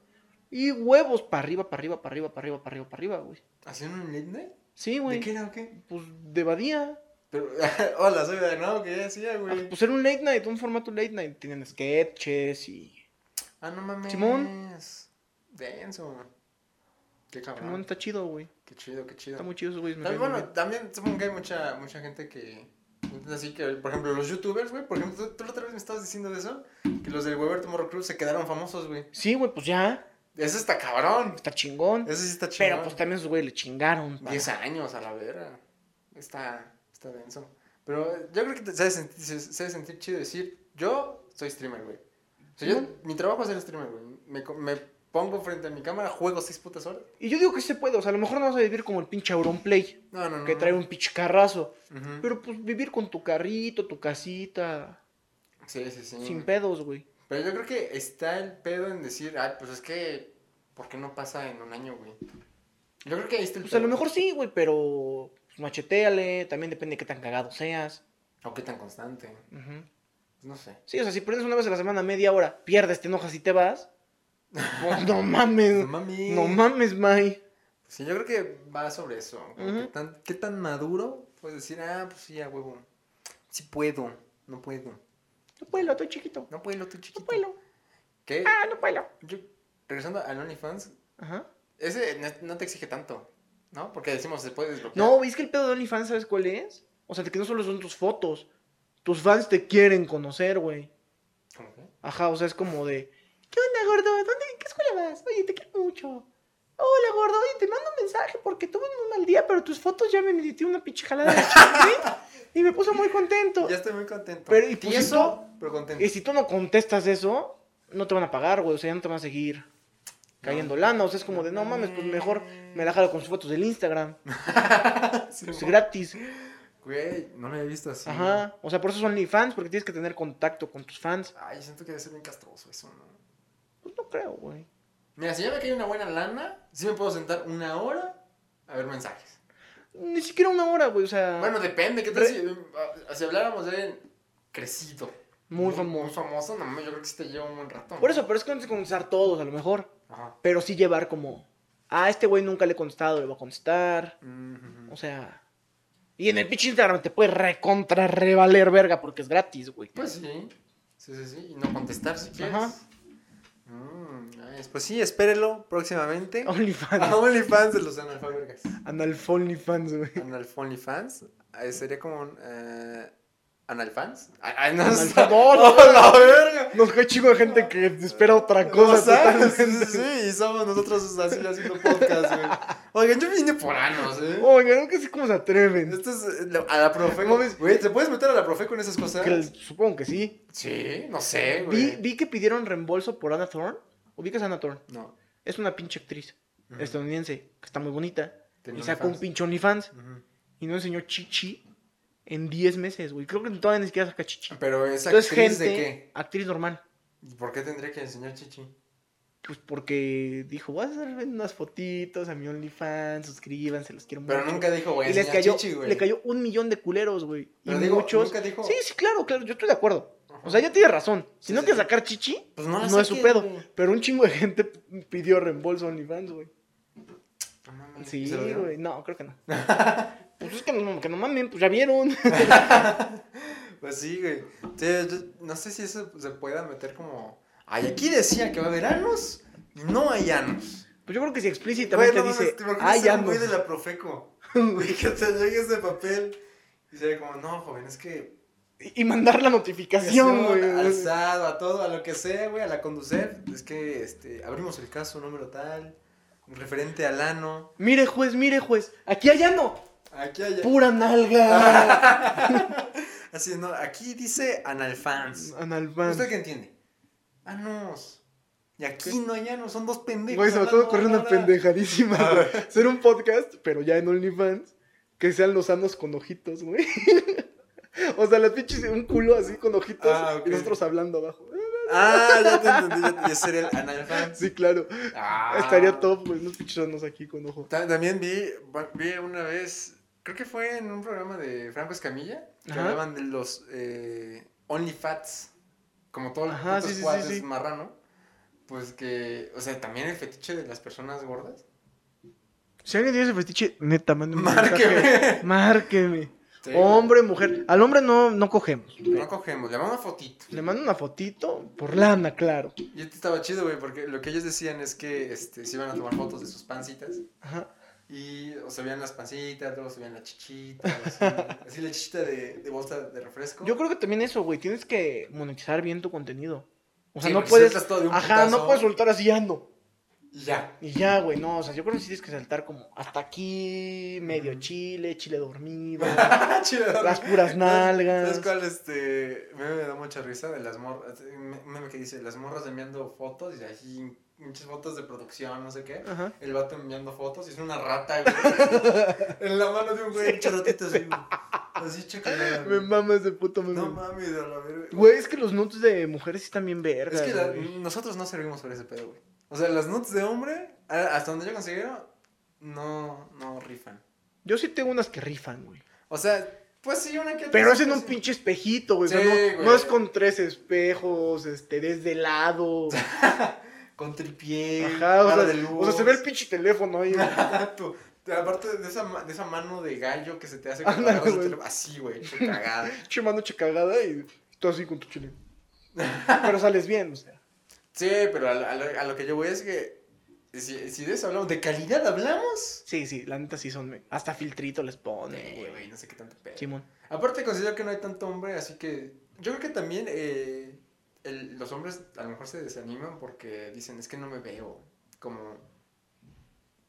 Speaker 3: Y huevos para arriba, para arriba, para arriba, para arriba, para arriba, para arriba, güey.
Speaker 4: ¿Hacían un late night?
Speaker 3: Sí,
Speaker 4: ¿De
Speaker 3: güey.
Speaker 4: qué era o qué?
Speaker 3: Pues de Badía.
Speaker 4: Pero, hola, soy de nuevo, que ya decía,
Speaker 3: Ah,
Speaker 4: güey.
Speaker 3: Pues era un late night, un formato late night. Tienen sketches y.
Speaker 4: Ah, no mames.
Speaker 3: Simón.
Speaker 4: Denso. Qué cabrón.
Speaker 3: No, está chido, güey.
Speaker 4: Qué chido, qué chido.
Speaker 3: Está muy chido esos güeyes. me
Speaker 4: También,
Speaker 3: caen
Speaker 4: Ah.
Speaker 3: muy
Speaker 4: bueno, también supongo que hay mucha, mucha gente que. Así que, por ejemplo, los youtubers, güey. Por ejemplo, tú, tú la otra vez me estabas diciendo de eso. Que los del Weber Tomorrow Club se quedaron famosos, güey.
Speaker 3: bien. Sí, güey, pues ya.
Speaker 4: Eso está cabrón.
Speaker 3: Está chingón.
Speaker 4: Eso sí está chido.
Speaker 3: Pero pues también esos güeyes le chingaron. pa.
Speaker 4: 10 años a la verga. Está, está denso. Pero eh, yo creo que te- se debe sentir, se- se debe sentir chido decir, yo soy streamer, güey. O sea, yo, mi trabajo es ser streamer, güey. Me, co- me pongo frente a mi cámara, juego seis putas horas.
Speaker 3: Y yo digo que sí se puede. O sea, a lo mejor no vas a vivir como el pinche Auronplay.
Speaker 4: No, no, no.
Speaker 3: Que
Speaker 4: no.
Speaker 3: trae un pinche carrazo.
Speaker 4: Ujú.
Speaker 3: Pero pues vivir con tu carrito, tu casita.
Speaker 4: Sí, sí, sí.
Speaker 3: Sin pedos, güey.
Speaker 4: Pero yo creo que está el pedo en decir, ay, pues es que, ¿por qué no pasa en un año, güey? Yo creo que ahí está el
Speaker 3: Pues a lo
Speaker 4: pedo.
Speaker 3: mejor sí, güey, pero. Pues, macheteale. También depende de qué tan cagado seas.
Speaker 4: O qué tan constante.
Speaker 3: Ujú.
Speaker 4: No sé.
Speaker 3: Sí, o sea, si prendes una vez a la semana media hora, pierdes, te enojas y te vas. pues, no mames.
Speaker 4: mami.
Speaker 3: No mames, May.
Speaker 4: Sí, yo creo que va sobre eso. como
Speaker 3: Ujú.
Speaker 4: ¿Qué, tan, qué tan maduro puedes decir, ah, pues sí, a huevo? Sí puedo, no puedo.
Speaker 3: No puedo, estoy chiquito.
Speaker 4: No puedo, tú chiquito.
Speaker 3: No puedo.
Speaker 4: ¿Qué?
Speaker 3: Ah, no puedo.
Speaker 4: Yo- regresando al OnlyFans,
Speaker 3: Ajá.
Speaker 4: ese no, no te exige tanto, ¿no? Porque decimos, se puede desbloquear.
Speaker 3: No, güey, es que el pedo de OnlyFans, ¿sabes cuál es? O sea, de que no solo son tus fotos. Tus fans te quieren conocer, güey.
Speaker 4: ¿Cómo que?
Speaker 3: Ajá, o sea, es como de. ¿Qué onda, gordo? ¿Dónde? ¿En qué escuela vas? Oye, te quiero mucho. Hola, gordo. Oye, te mando un mensaje porque tuve un mal día, pero tus fotos ya me metió una pinche jalada de chisme y me puso muy contento.
Speaker 4: Ya estoy muy contento.
Speaker 3: Pero, ¿y pues,
Speaker 4: eso? Pero contento.
Speaker 3: Y si tú no contestas eso, no te van a pagar, güey. O sea, ya no te van a seguir cayendo lana. O sea, es como de, no mames, pues mejor me la jalo con sus fotos del Instagram.
Speaker 4: Sí,
Speaker 3: Es
Speaker 4: mo-
Speaker 3: gratis.
Speaker 4: Güey, no lo había visto así.
Speaker 3: Ajá. O sea, por eso son OnlyFans, porque tienes que tener contacto con tus fans.
Speaker 4: Ay, siento que debe ser bien castroso eso, ¿no?
Speaker 3: Pues no creo, güey.
Speaker 4: Mira, si ya me cae una buena lana, sí me puedo sentar una hora a ver mensajes.
Speaker 3: Ni siquiera una hora, güey. O sea,
Speaker 4: Bueno, depende, ¿qué tal si, eh, ah, si habláramos de alguien crecido?
Speaker 3: muy famoso.
Speaker 4: Muy famoso, no mames, yo creo que sí te lleva un buen rato. ¿no?
Speaker 3: Por eso, pero es que no tienes que contestar todos, a lo mejor.
Speaker 4: Ajá.
Speaker 3: Pero sí llevar como, ah, este güey nunca le he contestado, le voy a contestar.
Speaker 4: Mhm.
Speaker 3: O sea. Y en el pinche Instagram te puedes recontra revaler verga porque es gratis, güey.
Speaker 4: Pues sí. Sí, sí, sí. Y no contestar si quieres.
Speaker 3: Ajá.
Speaker 4: Mm, nice. Pues sí, espérelo próximamente. A
Speaker 3: OnlyFans.
Speaker 4: OnlyFans de los analfabergas.
Speaker 3: Analfa OnlyFans, güey.
Speaker 4: Analfonlyfans. eh, Sería como un. eh, ¿Analfans? Ah, ah, no, sé.
Speaker 3: Analfa- no, no,
Speaker 4: ¡Oh, la verga!
Speaker 3: Nos cae chingo de gente que espera otra
Speaker 4: ¿Cómo
Speaker 3: cosa.
Speaker 4: sabes? Sí,
Speaker 3: totalmente.
Speaker 4: sí, sí, y somos nosotros así haciendo podcast, güey. Oigan, yo vine por anos, ¿eh?
Speaker 3: Oigan, que sí cómo se atreven.
Speaker 4: Esto es eh, lo- a la profe.
Speaker 3: Mames.
Speaker 4: Güey, ¿te puedes meter a la profe con esas cosas?
Speaker 3: Que- supongo que sí.
Speaker 4: Sí, no sé,
Speaker 3: Vi,
Speaker 4: güey.
Speaker 3: vi que pidieron reembolso por Anna Thorne. ¿Ubicas a Anna Thorne?
Speaker 4: No.
Speaker 3: Es una pinche actriz
Speaker 4: Ujú.
Speaker 3: estadounidense que está muy bonita.
Speaker 4: Tenía
Speaker 3: y sacó
Speaker 4: OnlyFans.
Speaker 3: un pinche OnlyFans
Speaker 4: Ujú.
Speaker 3: y no enseñó chichi en 10 meses, güey. Creo que todavía ni siquiera saca chichi.
Speaker 4: Pero esa
Speaker 3: Entonces,
Speaker 4: actriz
Speaker 3: gente,
Speaker 4: de qué?
Speaker 3: actriz normal.
Speaker 4: ¿Y ¿Por qué tendría que enseñar chichi?
Speaker 3: Pues porque dijo, voy a hacer unas fotitos a mi OnlyFans, suscríbanse, los quiero
Speaker 4: Pero
Speaker 3: mucho.
Speaker 4: nunca dijo, güey,
Speaker 3: Y les
Speaker 4: enseñar
Speaker 3: cayó,
Speaker 4: chichi, güey.
Speaker 3: le cayó un millón de culeros, güey. Y
Speaker 4: Pero digo,
Speaker 3: muchos.
Speaker 4: nunca dijo-
Speaker 3: Sí, sí, claro, claro, yo estoy de acuerdo.
Speaker 4: Ajá.
Speaker 3: O sea, ya tiene razón. Si
Speaker 4: Sí,
Speaker 3: no
Speaker 4: sí,
Speaker 3: quieres
Speaker 4: sí.
Speaker 3: sacar chichi,
Speaker 4: Pues no la
Speaker 3: no es su
Speaker 4: saquen,
Speaker 3: pedo.
Speaker 4: güey.
Speaker 3: Pero un chingo de gente pidió reembolso a OnlyFans, güey.
Speaker 4: No mames. ¿Y
Speaker 3: Sí,
Speaker 4: Ah, se lo dieron?
Speaker 3: güey. No, creo que no. pues es que no, que no mamen, pues ya vieron.
Speaker 4: Pues sí, güey. Sí, yo- no sé si eso se pueda meter como. Ay, aquí decía que va a haber anos y no hay anos.
Speaker 3: Pues yo creo que si explícitamente
Speaker 4: Güey, no mames,
Speaker 3: dice,
Speaker 4: ¿te imaginas
Speaker 3: ah,
Speaker 4: ser
Speaker 3: ya
Speaker 4: un
Speaker 3: no.
Speaker 4: güey de la Profeco. Güey, que te llegue ese papel y sea como, no, joven, es que
Speaker 3: Y mandar la notificación, güey.
Speaker 4: Al SAT, a todo, a lo que sea, güey, a la Conducef. Es que este, abrimos el caso número tal, referente al ano.
Speaker 3: Mire, juez, mire, juez. Aquí allá no.
Speaker 4: Aquí hay.
Speaker 3: Pura nalga.
Speaker 4: Así, no, aquí dice analfans.
Speaker 3: Analfans.
Speaker 4: ¿Usted qué entiende? Anos. Y aquí no hay anos, son dos pendejos.
Speaker 3: Güey, se me acaba de ocurrir una
Speaker 4: pendeja
Speaker 3: pendejadísima,
Speaker 4: A
Speaker 3: güey. Ser un podcast, pero ya en OnlyFans, que sean los sanos con ojitos, güey. O sea, las pinches, un culo así con ojitos
Speaker 4: Ah, ok.
Speaker 3: y nosotros hablando abajo.
Speaker 4: Ah, ya te entendí. ya te- Ese era el analfans.
Speaker 3: Sí, claro.
Speaker 4: Ah.
Speaker 3: Estaría top, güey, unos pinches sanos aquí con ojo.
Speaker 4: Ta- También vi, vi una vez, creo que fue en un programa de Franco Escamilla, que
Speaker 3: Ajá.
Speaker 4: hablaban de los eh, Only Fats, como todo el
Speaker 3: Ajá,
Speaker 4: puto
Speaker 3: sí, sí, sí,
Speaker 4: squad es
Speaker 3: sí.
Speaker 4: marrano. Pues que, o sea, también el fetiche de las personas gordas.
Speaker 3: Si alguien tiene ese fetiche, neta, mándeme un mensaje.
Speaker 4: Márqueme.
Speaker 3: Márqueme.
Speaker 4: Sí, güey.
Speaker 3: Hombre, mujer. Al hombre no, no cogemos.
Speaker 4: No cogemos, le mando una fotito.
Speaker 3: Le mando una fotito por lana, claro.
Speaker 4: Y este estaba chido, güey, porque lo que ellos decían es que este, se iban a tomar fotos de sus pancitas.
Speaker 3: Ajá.
Speaker 4: Y o se veían las pancitas, luego se veían la chichita, así, así la chichita de, de bolsa de refresco.
Speaker 3: Yo creo que también eso, güey. Tienes que monetizar bien tu contenido. O sea,
Speaker 4: Sí,
Speaker 3: no
Speaker 4: porque
Speaker 3: puedes.
Speaker 4: sueltas todo de un
Speaker 3: Ajá,
Speaker 4: putazo.
Speaker 3: no puedes soltar así y ando.
Speaker 4: Y ya.
Speaker 3: Y ya, güey, no. O sea, yo creo que sí tienes que saltar como hasta aquí, medio
Speaker 4: Ujú.
Speaker 3: chile, chile dormido.
Speaker 4: Ah, Chido, ¿no?
Speaker 3: Las puras nalgas.
Speaker 4: ¿Sabes cuál? Este, me, me da mucha risa de las morras. Un meme que dice, las morras enviando fotos y así muchas fotos de producción, no sé qué.
Speaker 3: Ajá.
Speaker 4: El vato enviando fotos y es una rata, güey. en la mano de un güey, un chorrotito así. güey. Así chocada.
Speaker 3: Me mama ese puto meme.
Speaker 4: No mames, a la verga.
Speaker 3: Güey, es que los nudes de mujeres sí están bien
Speaker 4: Es
Speaker 3: vergas.
Speaker 4: que la-
Speaker 3: güey.
Speaker 4: nosotros no servimos para ese pedo, güey. O sea, las nuts de hombre, a- hasta donde yo considero, no, no rifan.
Speaker 3: Yo sí tengo unas que rifan, güey.
Speaker 4: O sea, pues sí, una que.
Speaker 3: Pero
Speaker 4: otra
Speaker 3: es en
Speaker 4: sí,
Speaker 3: un
Speaker 4: sí.
Speaker 3: pinche espejito, güey. o sea,
Speaker 4: Sí,
Speaker 3: no,
Speaker 4: güey.
Speaker 3: no es con tres espejos, este, desde lado.
Speaker 4: Con tripié.
Speaker 3: Ajá, o
Speaker 4: cara
Speaker 3: sea,
Speaker 4: de luz.
Speaker 3: o sea, se ve el pinche teléfono ahí. güey.
Speaker 4: Tu- tu- Aparte de esa, ma- de esa mano de gallo que se te hace cuando
Speaker 3: Ándale,
Speaker 4: agarras el
Speaker 3: güey.
Speaker 4: teléfono. Así, güey, hecho cagada.
Speaker 3: Pinche mano hecha cagada y tú así con tu chile. Pero sales bien, o sea.
Speaker 4: Sí, pero a, lo- a lo, a lo que yo voy es que. Si, si de eso hablamos, ¿de calidad hablamos?
Speaker 3: Sí, sí, la neta sí son. Hasta filtrito les ponen,
Speaker 4: Sí, güey,
Speaker 3: güey.
Speaker 4: no sé qué tanto pedo.
Speaker 3: Simón.
Speaker 4: Aparte considero que no hay tanto hombre, así que yo creo que también eh, el- los hombres a lo mejor se desaniman porque dicen, es que no me veo como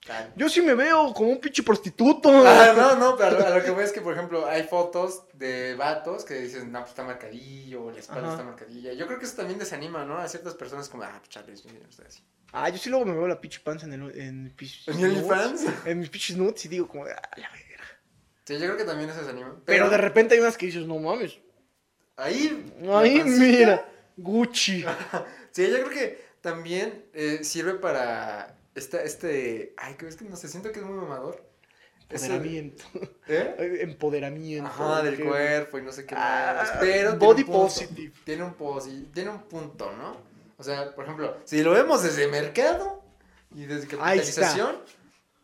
Speaker 4: tal.
Speaker 3: Yo sí me veo como un pinche prostituto.
Speaker 4: Ah, no, no, pero a lo, a lo que voy es que, por ejemplo, hay fotos de vatos que dicen, no, pues está marcadillo, o la espalda
Speaker 3: Ajá.
Speaker 4: está marcadilla. Yo creo que eso también desanima, ¿no? A ciertas personas como, ah, pues chale, yo no estoy así.
Speaker 3: Ah, yo sí luego me veo la pinche panza en el. En, mis pinches
Speaker 4: ¿En
Speaker 3: nudes,
Speaker 4: OnlyFans?
Speaker 3: En mis pinches nudes y digo como, de, ah, la verga.
Speaker 4: Sí, yo creo que también eso desanima.
Speaker 3: Pero de repente hay unas que dices, no mames.
Speaker 4: Ahí. la
Speaker 3: Ay,
Speaker 4: pancita
Speaker 3: mira. Gucci.
Speaker 4: Sí, yo creo que también eh, sirve para esta, este... Ay, que es que no sé, siento que es muy mamador. Ese-
Speaker 3: Empoderamiento.
Speaker 4: ¿Eh?
Speaker 3: Ay, Empoderamiento.
Speaker 4: Ajá, del
Speaker 3: que-
Speaker 4: cuerpo y no sé qué más.
Speaker 3: Ah,
Speaker 4: Pero tiene
Speaker 3: body
Speaker 4: un punto.
Speaker 3: positive.
Speaker 4: Tiene un, posi- tiene un punto, ¿no? O sea, por ejemplo, si lo vemos desde mercado y desde
Speaker 3: Ahí está.
Speaker 4: capitalización,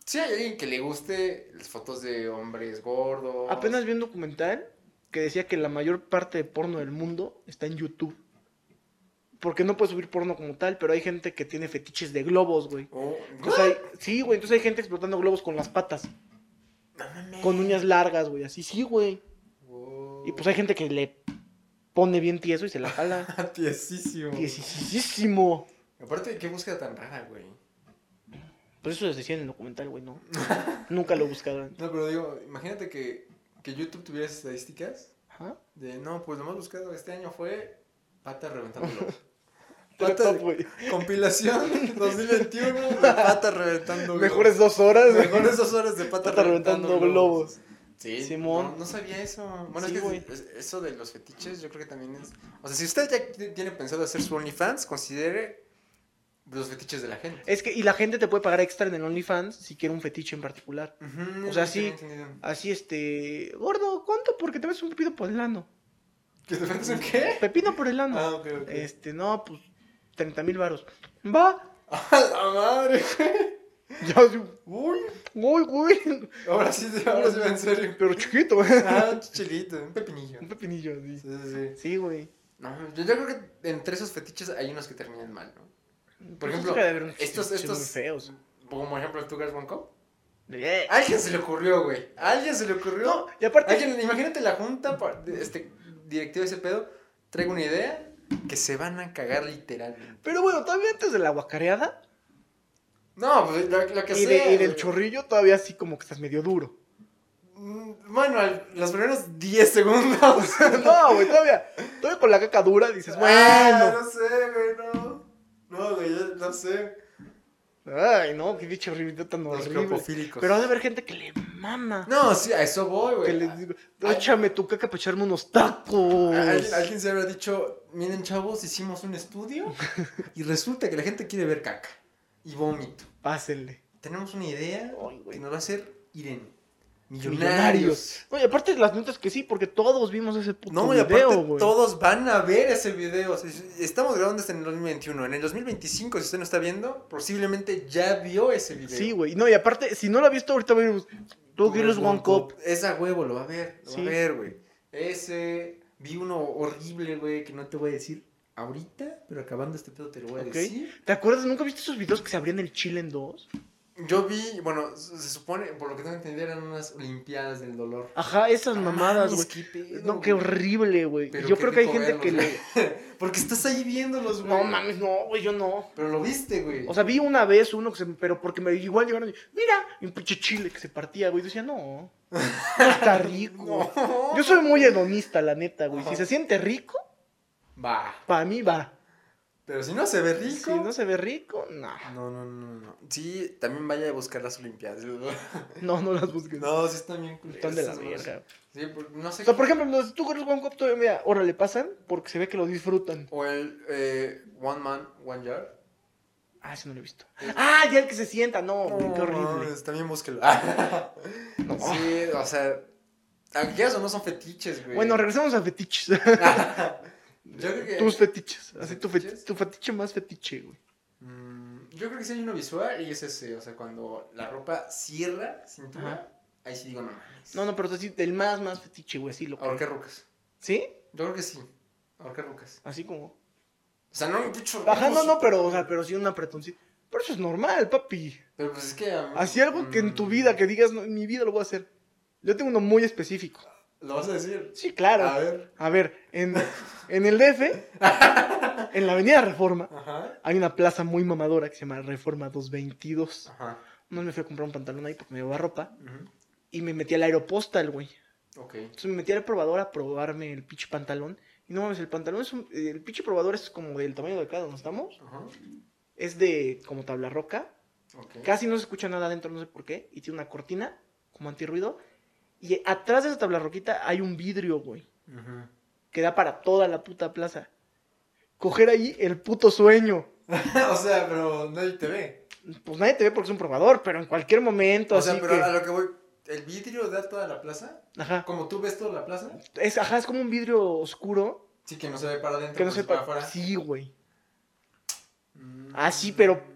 Speaker 4: si hay alguien que le guste las fotos de hombres gordos.
Speaker 3: Apenas vi un documental que decía que la mayor parte de porno del mundo está en YouTube. Porque no puedes subir porno como tal, pero hay gente que tiene fetiches de globos, güey.
Speaker 4: Oh,
Speaker 3: Entonces hay, sí, güey, entonces hay gente explotando globos con las patas,
Speaker 4: no mames.
Speaker 3: con uñas largas, güey, así, sí, güey.
Speaker 4: Wow.
Speaker 3: Y pues hay gente que le pone bien tieso y se la jala.
Speaker 4: Tiesísimo.
Speaker 3: Tiesisísimo.
Speaker 4: Aparte, qué búsqueda tan rara, güey.
Speaker 3: Pues eso les decía en el documental, güey, no. Nunca lo buscaron.
Speaker 4: No, pero digo, imagínate que, que YouTube tuviera esas estadísticas
Speaker 3: Ajá.
Speaker 4: de no, pues lo más buscado este año fue pata reventándolo.
Speaker 3: Pero
Speaker 4: pata
Speaker 3: top, güey.
Speaker 4: compilación 2021 de pata reventando globos.
Speaker 3: Mejores dos horas. güey.
Speaker 4: Mejores dos horas de pata,
Speaker 3: Pata
Speaker 4: reventando,
Speaker 3: reventando
Speaker 4: globos.
Speaker 3: globos.
Speaker 4: Sí,
Speaker 3: Simón.
Speaker 4: No, no sabía eso. Bueno,
Speaker 3: Sí,
Speaker 4: es que
Speaker 3: güey.
Speaker 4: es- eso de los fetiches, yo creo que también es. O sea, si usted ya t- tiene pensado hacer su OnlyFans, considere los fetiches de la gente.
Speaker 3: Es que, y la gente te puede pagar extra en el OnlyFans si quiere un fetiche en particular.
Speaker 4: Ujú,
Speaker 3: O sea,
Speaker 4: no tenía
Speaker 3: sí.
Speaker 4: entendido.
Speaker 3: Así, este. Gordo, ¿cuánto? Porque te ves un pepino por el ano.
Speaker 4: ¿Que te metes en qué?
Speaker 3: Pepino por el ano.
Speaker 4: Ah, ok, ok.
Speaker 3: Este, no, pues. 30 mil varos. Va.
Speaker 4: ¡A la madre!
Speaker 3: Ya, así,
Speaker 4: ¡Uy!
Speaker 3: uy, güey.
Speaker 4: Ahora sí, ahora sí va en serio.
Speaker 3: Pero chiquito, güey.
Speaker 4: Ah, un chilito, un pepinillo.
Speaker 3: Un pepinillo
Speaker 4: Sí,
Speaker 3: así.
Speaker 4: sí, sí.
Speaker 3: Sí, güey.
Speaker 4: No, yo, yo creo que entre esos fetiches hay unos que terminan mal, ¿no? Por
Speaker 3: Pues
Speaker 4: ejemplo,
Speaker 3: es que ha de haber unos
Speaker 4: estos-
Speaker 3: fetiches
Speaker 4: estos-
Speaker 3: muy feos.
Speaker 4: Como ejemplo el Two Girls One Cup.
Speaker 3: Eh.
Speaker 4: A alguien se le ocurrió, güey. A alguien se le ocurrió.
Speaker 3: Y aparte.
Speaker 4: Alguien, imagínate la junta, pa- de- este directivo de ese pedo, traigo una idea que se van a cagar literalmente.
Speaker 3: Pero bueno, todavía antes de la guacareada
Speaker 4: No, pues lo, lo que
Speaker 3: y,
Speaker 4: sea.
Speaker 3: de- y del
Speaker 4: güey.
Speaker 3: chorrillo, todavía así como que estás medio duro.
Speaker 4: Mm, Bueno, al- los primeros 10 segundos.
Speaker 3: No, güey, todavía. Todavía con la caca dura dices, bueno.
Speaker 4: Ah, no sé, güey, no. No, güey, ya- no sé.
Speaker 3: Ay, no, qué pinche horrible, tan
Speaker 4: Los
Speaker 3: horrible.
Speaker 4: clopofílicos.
Speaker 3: Pero ha de haber gente que le mama.
Speaker 4: No, sí, a eso voy,
Speaker 3: que
Speaker 4: güey.
Speaker 3: le digo, échame tu caca para echarme unos tacos.
Speaker 4: ¿Alguien, alguien se habrá dicho, miren chavos, hicimos un estudio y resulta que la gente quiere ver caca y vómito.
Speaker 3: Pásenle.
Speaker 4: Tenemos una idea
Speaker 3: Ay, güey.
Speaker 4: que nos va a hacer Irene. Millonarios.
Speaker 3: Oye, aparte las notas que sí, porque todos vimos ese puto
Speaker 4: No, y aparte
Speaker 3: video, güey.
Speaker 4: todos van a ver ese video. O sea, Estamos grabando este en el 2021. En el 2025, si usted no está viendo, posiblemente ya vio ese video.
Speaker 3: Sí, güey. No, y aparte, si no lo ha visto, ahorita voy a ir Two Girls One Cup.
Speaker 4: Esa huevo lo va a ver, lo
Speaker 3: Sí.
Speaker 4: va a ver, güey. Ese, vi uno horrible, güey, que no te voy a decir ahorita, pero acabando este pedo te lo voy a
Speaker 3: Ok.
Speaker 4: decir.
Speaker 3: ¿Te acuerdas? ¿Nunca viste esos videos que se abrían el chile en dos?
Speaker 4: Yo vi, bueno, se se supone, por lo que tengo entendido, eran unas olimpiadas del dolor.
Speaker 3: Ajá,
Speaker 4: Ah,
Speaker 3: esas mamadas,
Speaker 4: Mames,
Speaker 3: güey.
Speaker 4: qué pedo,
Speaker 3: No, qué
Speaker 4: güey.
Speaker 3: horrible, güey.
Speaker 4: Pero
Speaker 3: Yo
Speaker 4: qué
Speaker 3: creo que hay
Speaker 4: rico
Speaker 3: gente que
Speaker 4: verlos,
Speaker 3: le...
Speaker 4: güey. Porque estás ahí viéndolos, güey.
Speaker 3: No mames, no, güey, yo no.
Speaker 4: Pero lo viste, güey.
Speaker 3: O sea, vi una vez uno que se... Pero porque me igual llegaron y... Mira, y un pinche chile que se partía, güey. Yo decía, no. No está rico.
Speaker 4: No.
Speaker 3: Yo soy muy hedonista, la neta, güey.
Speaker 4: Ajá.
Speaker 3: Si se siente rico,
Speaker 4: Va.
Speaker 3: para mí va.
Speaker 4: Pero si no se ve rico.
Speaker 3: Si no se ve rico, no.
Speaker 4: No, no, no, no. Sí, también vaya a buscar las Olimpiadas. No,
Speaker 3: No, no las busques.
Speaker 4: sí están bien culeras
Speaker 3: Pues Están de la
Speaker 4: esas madres.
Speaker 3: verga.
Speaker 4: Sí, por- no sé.
Speaker 3: O sea, por ejemplo, los tú con One Cup todavía, mira, órale, pasan porque se ve que lo disfrutan.
Speaker 4: O el eh, One Man, One Yard.
Speaker 3: Ah, ese no lo he visto. Ah, ya el que se sienta, no, Oh, güey, qué horrible.
Speaker 4: mames, También búsquelo. sí, o sea. Aunque quieras o no son fetiches, güey.
Speaker 3: Bueno, regresamos a fetiches.
Speaker 4: Yo creo que.
Speaker 3: Tus fetiches. Así tu, fe-
Speaker 4: ¿Fetiches?
Speaker 3: tu fetiche más fetiche, güey.
Speaker 4: Mm, yo creo que sí hay uno visual y es ese. O sea, cuando la ropa cierra cintura, ahí sí digo no mames.
Speaker 3: No, no, pero así, el más, más fetiche, güey, así lo que.
Speaker 4: Ahorcar rucas.
Speaker 3: ¿Sí?
Speaker 4: Yo creo que sí. Ahorcar rucas.
Speaker 3: Así como.
Speaker 4: O sea, no me picho.
Speaker 3: Ajá, no, no, pero, o sea, pero sí un apretoncito. Pero eso es normal, papi.
Speaker 4: Pero pues es que. a mí-
Speaker 3: Así algo que en tu
Speaker 4: Mm,
Speaker 3: vida que digas, "No, en mi vida lo voy a hacer. Yo tengo uno muy específico.
Speaker 4: Lo vas a decir.
Speaker 3: Sí, claro.
Speaker 4: A ver.
Speaker 3: A ver, en, en el DF, en la Avenida Reforma,
Speaker 4: Ajá.
Speaker 3: hay una plaza muy mamadora que se llama Reforma 222.
Speaker 4: Ajá.
Speaker 3: No me fui a comprar un pantalón ahí porque me llevaba ropa.
Speaker 4: Ujú.
Speaker 3: Y me metí al aeropostal, güey.
Speaker 4: Ok.
Speaker 3: Entonces me metí al probador a probarme el pinche pantalón. Y no mames, el pantalón es un- El pinche probador es como del tamaño de acá donde estamos.
Speaker 4: Ajá.
Speaker 3: Es de como tabla roca.
Speaker 4: Ok.
Speaker 3: Casi no se escucha nada adentro, no sé por qué. Y tiene una cortina como antirruido. Y atrás de esa tabla roquita hay un vidrio, güey.
Speaker 4: Ujú.
Speaker 3: que da para toda la puta plaza. Coger ahí el puto sueño.
Speaker 4: o sea, pero nadie te ve.
Speaker 3: Pues nadie te ve porque es un probador, pero en cualquier momento,
Speaker 4: O sea,
Speaker 3: así
Speaker 4: pero
Speaker 3: que-
Speaker 4: a lo que voy. ¿El vidrio da toda la plaza?
Speaker 3: Ajá.
Speaker 4: Como tú ves toda la plaza.
Speaker 3: Es, ajá, es como un vidrio oscuro
Speaker 4: Sí, que no se ve para adentro.
Speaker 3: que
Speaker 4: pero
Speaker 3: no
Speaker 4: sí
Speaker 3: sepa...
Speaker 4: para afuera.
Speaker 3: Sí, güey.
Speaker 4: Mm.
Speaker 3: Ah, sí, pero-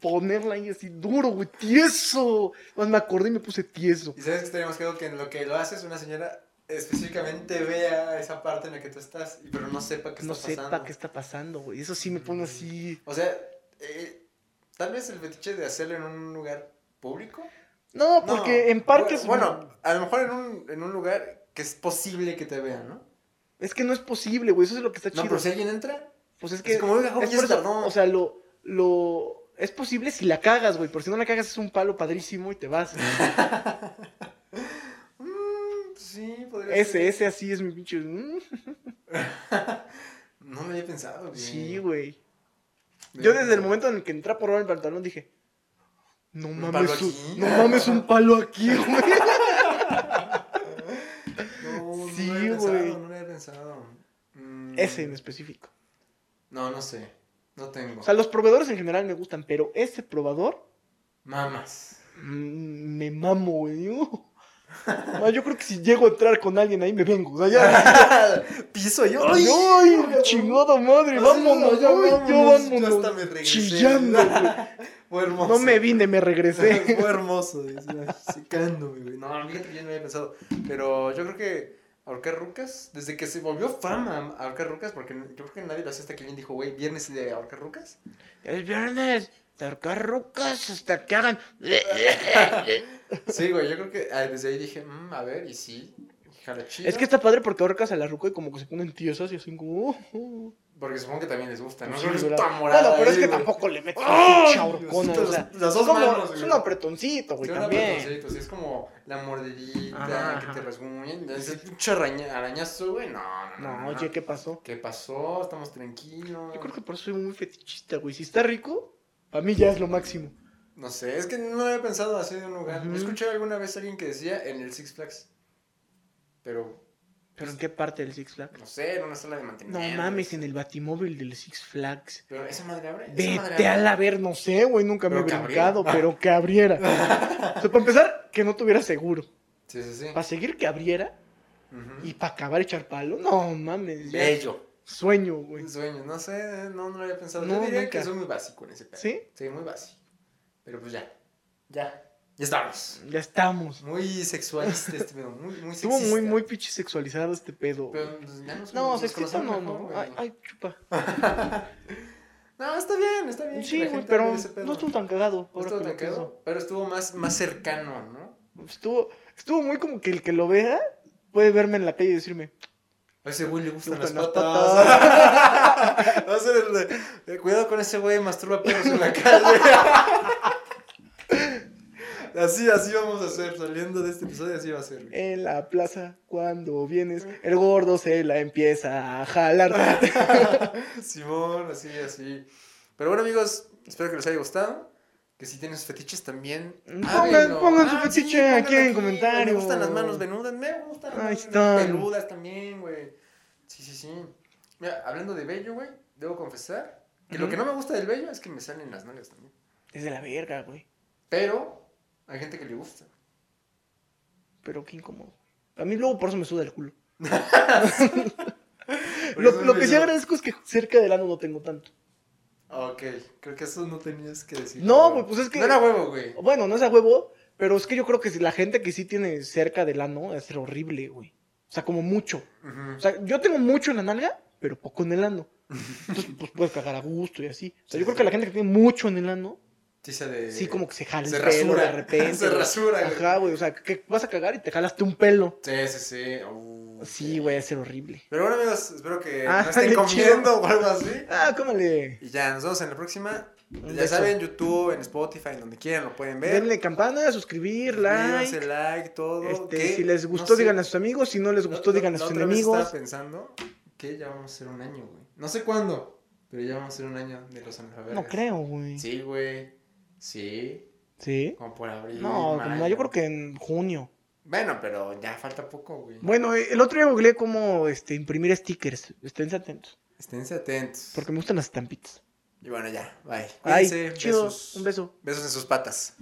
Speaker 3: Ponerla ahí así duro, güey, tieso. Más me acordé y me puse tieso.
Speaker 4: Y sabes que estaríamos quedado que en lo que lo haces, una señora específicamente vea esa parte en la que tú estás, y- pero no sepa qué
Speaker 3: No
Speaker 4: está
Speaker 3: sepa
Speaker 4: pasando.
Speaker 3: qué está pasando, güey. Eso sí me pone así...
Speaker 4: O sea, eh, tal vez el fetiche de hacerlo en un lugar público.
Speaker 3: No,
Speaker 4: No,
Speaker 3: porque en parques...
Speaker 4: Bueno, a lo mejor en un, en un lugar que es posible que te vean, ¿no?
Speaker 3: Es que no es posible, güey. Eso es lo que está
Speaker 4: No,
Speaker 3: chido.
Speaker 4: pero si alguien entra,
Speaker 3: Pues es que.
Speaker 4: Es como, oiga, joven,
Speaker 3: es
Speaker 4: ya
Speaker 3: por
Speaker 4: se
Speaker 3: eso,
Speaker 4: tardó.
Speaker 3: O sea, lo, lo. Es posible si la cagas, güey. Por si no la cagas, es un palo padrísimo y te vas.
Speaker 4: mm, sí, podría ser.
Speaker 3: ese, ese así es mi pinche. mm,
Speaker 4: No lo había pensado, güey.
Speaker 3: sí, güey. Yo desde el momento en el que entré a probar el pantalón dije. No
Speaker 4: ¿Un
Speaker 3: mames,
Speaker 4: palo
Speaker 3: un,
Speaker 4: aquí?
Speaker 3: no mames un palo aquí, güey.
Speaker 4: No,
Speaker 3: Sí,
Speaker 4: no lo había
Speaker 3: güey.
Speaker 4: pensado, no lo había pensado. Mm,
Speaker 3: Ese en específico.
Speaker 4: No, no sé. No tengo.
Speaker 3: O sea, los proveedores en general me gustan, pero ese probador
Speaker 4: Mamas.
Speaker 3: mm, me mamo, güey. Uh. No, yo creo que si llego a entrar con alguien ahí me vengo. O sea, ya.
Speaker 4: Piso yo.
Speaker 3: ¡Ay, chingado madre! ¡Vámonos!
Speaker 4: ya
Speaker 3: ¡Ay, yo
Speaker 4: vámonos,
Speaker 3: vámonos!
Speaker 4: yo hasta me regresé.
Speaker 3: Chillando, güey.
Speaker 4: Fue hermoso.
Speaker 3: No me vine, me regresé.
Speaker 4: Fue hermoso. dice, ay, Secándome, güey. No, fíjate que yo no había pensado. Pero yo creo que ahorcar rucas, desde que se volvió fama ahorcar rucas, porque yo creo que nadie lo hacía hasta que alguien dijo, güey, viernes de ahorcar rucas.
Speaker 3: El viernes, cercar rucas hasta que hagan.
Speaker 4: Sí, güey, yo creo que ah, desde ahí dije, mm, a ver, y sí. Jala chido.
Speaker 3: Es que está padre porque ahorcas a la ruca y como que se ponen tiesas y así como. uh, uh.
Speaker 4: Porque supongo que también les gusta, ¿no?
Speaker 3: Sí,
Speaker 4: Creo que
Speaker 3: ¿verdad?
Speaker 4: está morada
Speaker 3: Bueno, pero es
Speaker 4: ahí,
Speaker 3: que
Speaker 4: güey.
Speaker 3: tampoco le metes
Speaker 4: ¡Ay,
Speaker 3: una pinche ahorcona,
Speaker 4: Diosito,
Speaker 3: o sea.
Speaker 4: las- las
Speaker 3: es
Speaker 4: dos
Speaker 3: como-
Speaker 4: manos,
Speaker 3: es
Speaker 4: güey.
Speaker 3: un apretoncito, güey,
Speaker 4: Sí, un
Speaker 3: también.
Speaker 4: apretoncito, sí, es como la mordidita,
Speaker 3: Ajá,
Speaker 4: que
Speaker 3: ajá.
Speaker 4: te rasguñen. Ese pinche araña- arañazo, güey. No, no, no.
Speaker 3: No,
Speaker 4: no.
Speaker 3: oye, ¿qué pasó?
Speaker 4: ¿Qué pasó? Estamos tranquilos.
Speaker 3: Yo creo que por eso soy muy fetichista, güey. Si está rico, a mí ya es lo máximo.
Speaker 4: No sé, es que no había pensado así de un lugar.
Speaker 3: Ujú.
Speaker 4: Escuché alguna vez a alguien que decía en el Six Flags. Pero,
Speaker 3: ¿Pero en qué parte del Six Flags?
Speaker 4: no sé, en una sala de
Speaker 3: No
Speaker 4: mantenimiento.
Speaker 3: mames, en el batimóvil del Six Flags.
Speaker 4: Pero esa madre abre. pues, esa madre
Speaker 3: Vete a
Speaker 4: abre.
Speaker 3: la ver, no sé, güey, nunca me he
Speaker 4: Pero que
Speaker 3: brincado,
Speaker 4: abriera.
Speaker 3: pero que abriera. o sea, para empezar, que no tuviera seguro.
Speaker 4: Sí, sí, sí.
Speaker 3: Para seguir que abriera
Speaker 4: Ujú.
Speaker 3: y para acabar echar palo. No mames. ya.
Speaker 4: Bello.
Speaker 3: Sueño, güey.
Speaker 4: Un sueño. No sé, no, no lo había pensado.
Speaker 3: No,
Speaker 4: Yo diría
Speaker 3: nunca.
Speaker 4: que soy muy básico en ese pedo.
Speaker 3: ¿Sí?
Speaker 4: Sí, muy básico. Pero pues ya. Ya. Ya estamos.
Speaker 3: Ya estamos.
Speaker 4: Muy sexualista este pedo. Muy, muy
Speaker 3: Estuvo
Speaker 4: sexista.
Speaker 3: muy, muy pinche sexualizado este pedo. güey.
Speaker 4: Pero pues, ya nos-
Speaker 3: No,
Speaker 4: nos
Speaker 3: sexista
Speaker 4: conocemos
Speaker 3: no,
Speaker 4: mejor,
Speaker 3: no.
Speaker 4: güey.
Speaker 3: Ay, ay, chupa.
Speaker 4: No, está bien, está bien. que
Speaker 3: Sí,
Speaker 4: la
Speaker 3: güey,
Speaker 4: gente
Speaker 3: pero
Speaker 4: hable de ese pedo.
Speaker 3: no estuvo tan cagado.
Speaker 4: No
Speaker 3: ahora
Speaker 4: estuvo
Speaker 3: que lo
Speaker 4: tan cagado,
Speaker 3: pienso.
Speaker 4: Pero estuvo más, más cercano, ¿no?
Speaker 3: Estuvo, estuvo muy como que el que lo vea puede verme en la calle y decirme,
Speaker 4: A ese güey le gustan,
Speaker 3: Me gustan
Speaker 4: las
Speaker 3: las
Speaker 4: patas. Va a ser el de- "Eh, Cuidado con ese güey, masturba perros en la calle. así, así vamos a hacer. Saliendo de este episodio, así va a ser. güey.
Speaker 3: en la plaza cuando vienes, el gordo se la empieza a jalar.
Speaker 4: Simón, así, así. Pero bueno, amigos, espero que les haya gustado. Que si tienen sus fetiches también.
Speaker 3: Pongan-
Speaker 4: háblenlo.
Speaker 3: pongan su
Speaker 4: Ah, sí,
Speaker 3: fetiche aquí
Speaker 4: pónganlo
Speaker 3: en comentarios.
Speaker 4: Me gustan las manos venudas, me gustan las
Speaker 3: Ahí
Speaker 4: manos
Speaker 3: están.
Speaker 4: peludas también, güey. Sí, sí, sí. Mira, hablando de bello, güey, debo confesar que lo
Speaker 3: Ujú.
Speaker 4: que no me gusta del bello es que me salen las nalgas también.
Speaker 3: Es de la verga, güey.
Speaker 4: Pero hay gente que le gusta.
Speaker 3: Pero qué incómodo. A mí luego por eso me suda el culo.
Speaker 4: Por
Speaker 3: Lo,
Speaker 4: eso
Speaker 3: lo
Speaker 4: me
Speaker 3: que sí
Speaker 4: dio-
Speaker 3: agradezco es que cerca del ano no tengo tanto.
Speaker 4: Ok, creo que eso no tenías que decir.
Speaker 3: No, güey, pues es que-
Speaker 4: No era huevo, güey.
Speaker 3: Bueno, no es a huevo, pero es que yo creo que si la gente que sí tiene cerca del ano es horrible, güey. O sea, como mucho.
Speaker 4: Ujú.
Speaker 3: O sea, yo tengo mucho en la nalga, pero poco en el ano. Entonces, pues puedes cagar a gusto y así. O sea, yo creo que la gente que tiene mucho en el ano,
Speaker 4: Sí, se de...
Speaker 3: sí como que se jala el
Speaker 4: Eh, se
Speaker 3: pelo
Speaker 4: rasura.
Speaker 3: de repente.
Speaker 4: Se
Speaker 3: güey.
Speaker 4: rasura, güey.
Speaker 3: Ajá, güey. O sea, que vas a cagar y te jalaste un pelo.
Speaker 4: Sí, sí, sí. Uh,
Speaker 3: Sí, güey, es horrible.
Speaker 4: Pero bueno, amigos, espero que
Speaker 3: Ah,
Speaker 4: no estén
Speaker 3: chido.
Speaker 4: comiendo o algo así.
Speaker 3: Ah, cómale.
Speaker 4: Y ya, nos vemos en la próxima.
Speaker 3: Un
Speaker 4: Ya
Speaker 3: beso.
Speaker 4: saben, YouTube, en Spotify, en donde quieran, lo pueden ver.
Speaker 3: Denle campana, suscribir, like.
Speaker 4: Suscríbanse, like, todo.
Speaker 3: Este,
Speaker 4: que,
Speaker 3: si les
Speaker 4: no
Speaker 3: gustó,
Speaker 4: sé,
Speaker 3: digan a sus amigos. Si no les
Speaker 4: la-
Speaker 3: gustó,
Speaker 4: la-
Speaker 3: digan
Speaker 4: la
Speaker 3: a sus
Speaker 4: otra vez
Speaker 3: enemigos.
Speaker 4: Estaba pensando que ya vamos a ser un año, güey. No sé cuándo, pero ya vamos a ser un año de los analfabetas.
Speaker 3: No creo, güey. ¿Sí?
Speaker 4: Sí, güey. Sí, como por abril.
Speaker 3: No,
Speaker 4: mayo.
Speaker 3: no, yo creo que en junio.
Speaker 4: Bueno, pero ya falta poco, güey.
Speaker 3: Bueno, eh, el otro día googleé cómo este, imprimir stickers. Estén atentos.
Speaker 4: Esténse atentos.
Speaker 3: Porque me gustan las estampitas.
Speaker 4: Y bueno, ya, bye.
Speaker 3: Ay,
Speaker 4: Cuídense,
Speaker 3: chido.
Speaker 4: besos.
Speaker 3: Un beso.
Speaker 4: Besos en sus patas.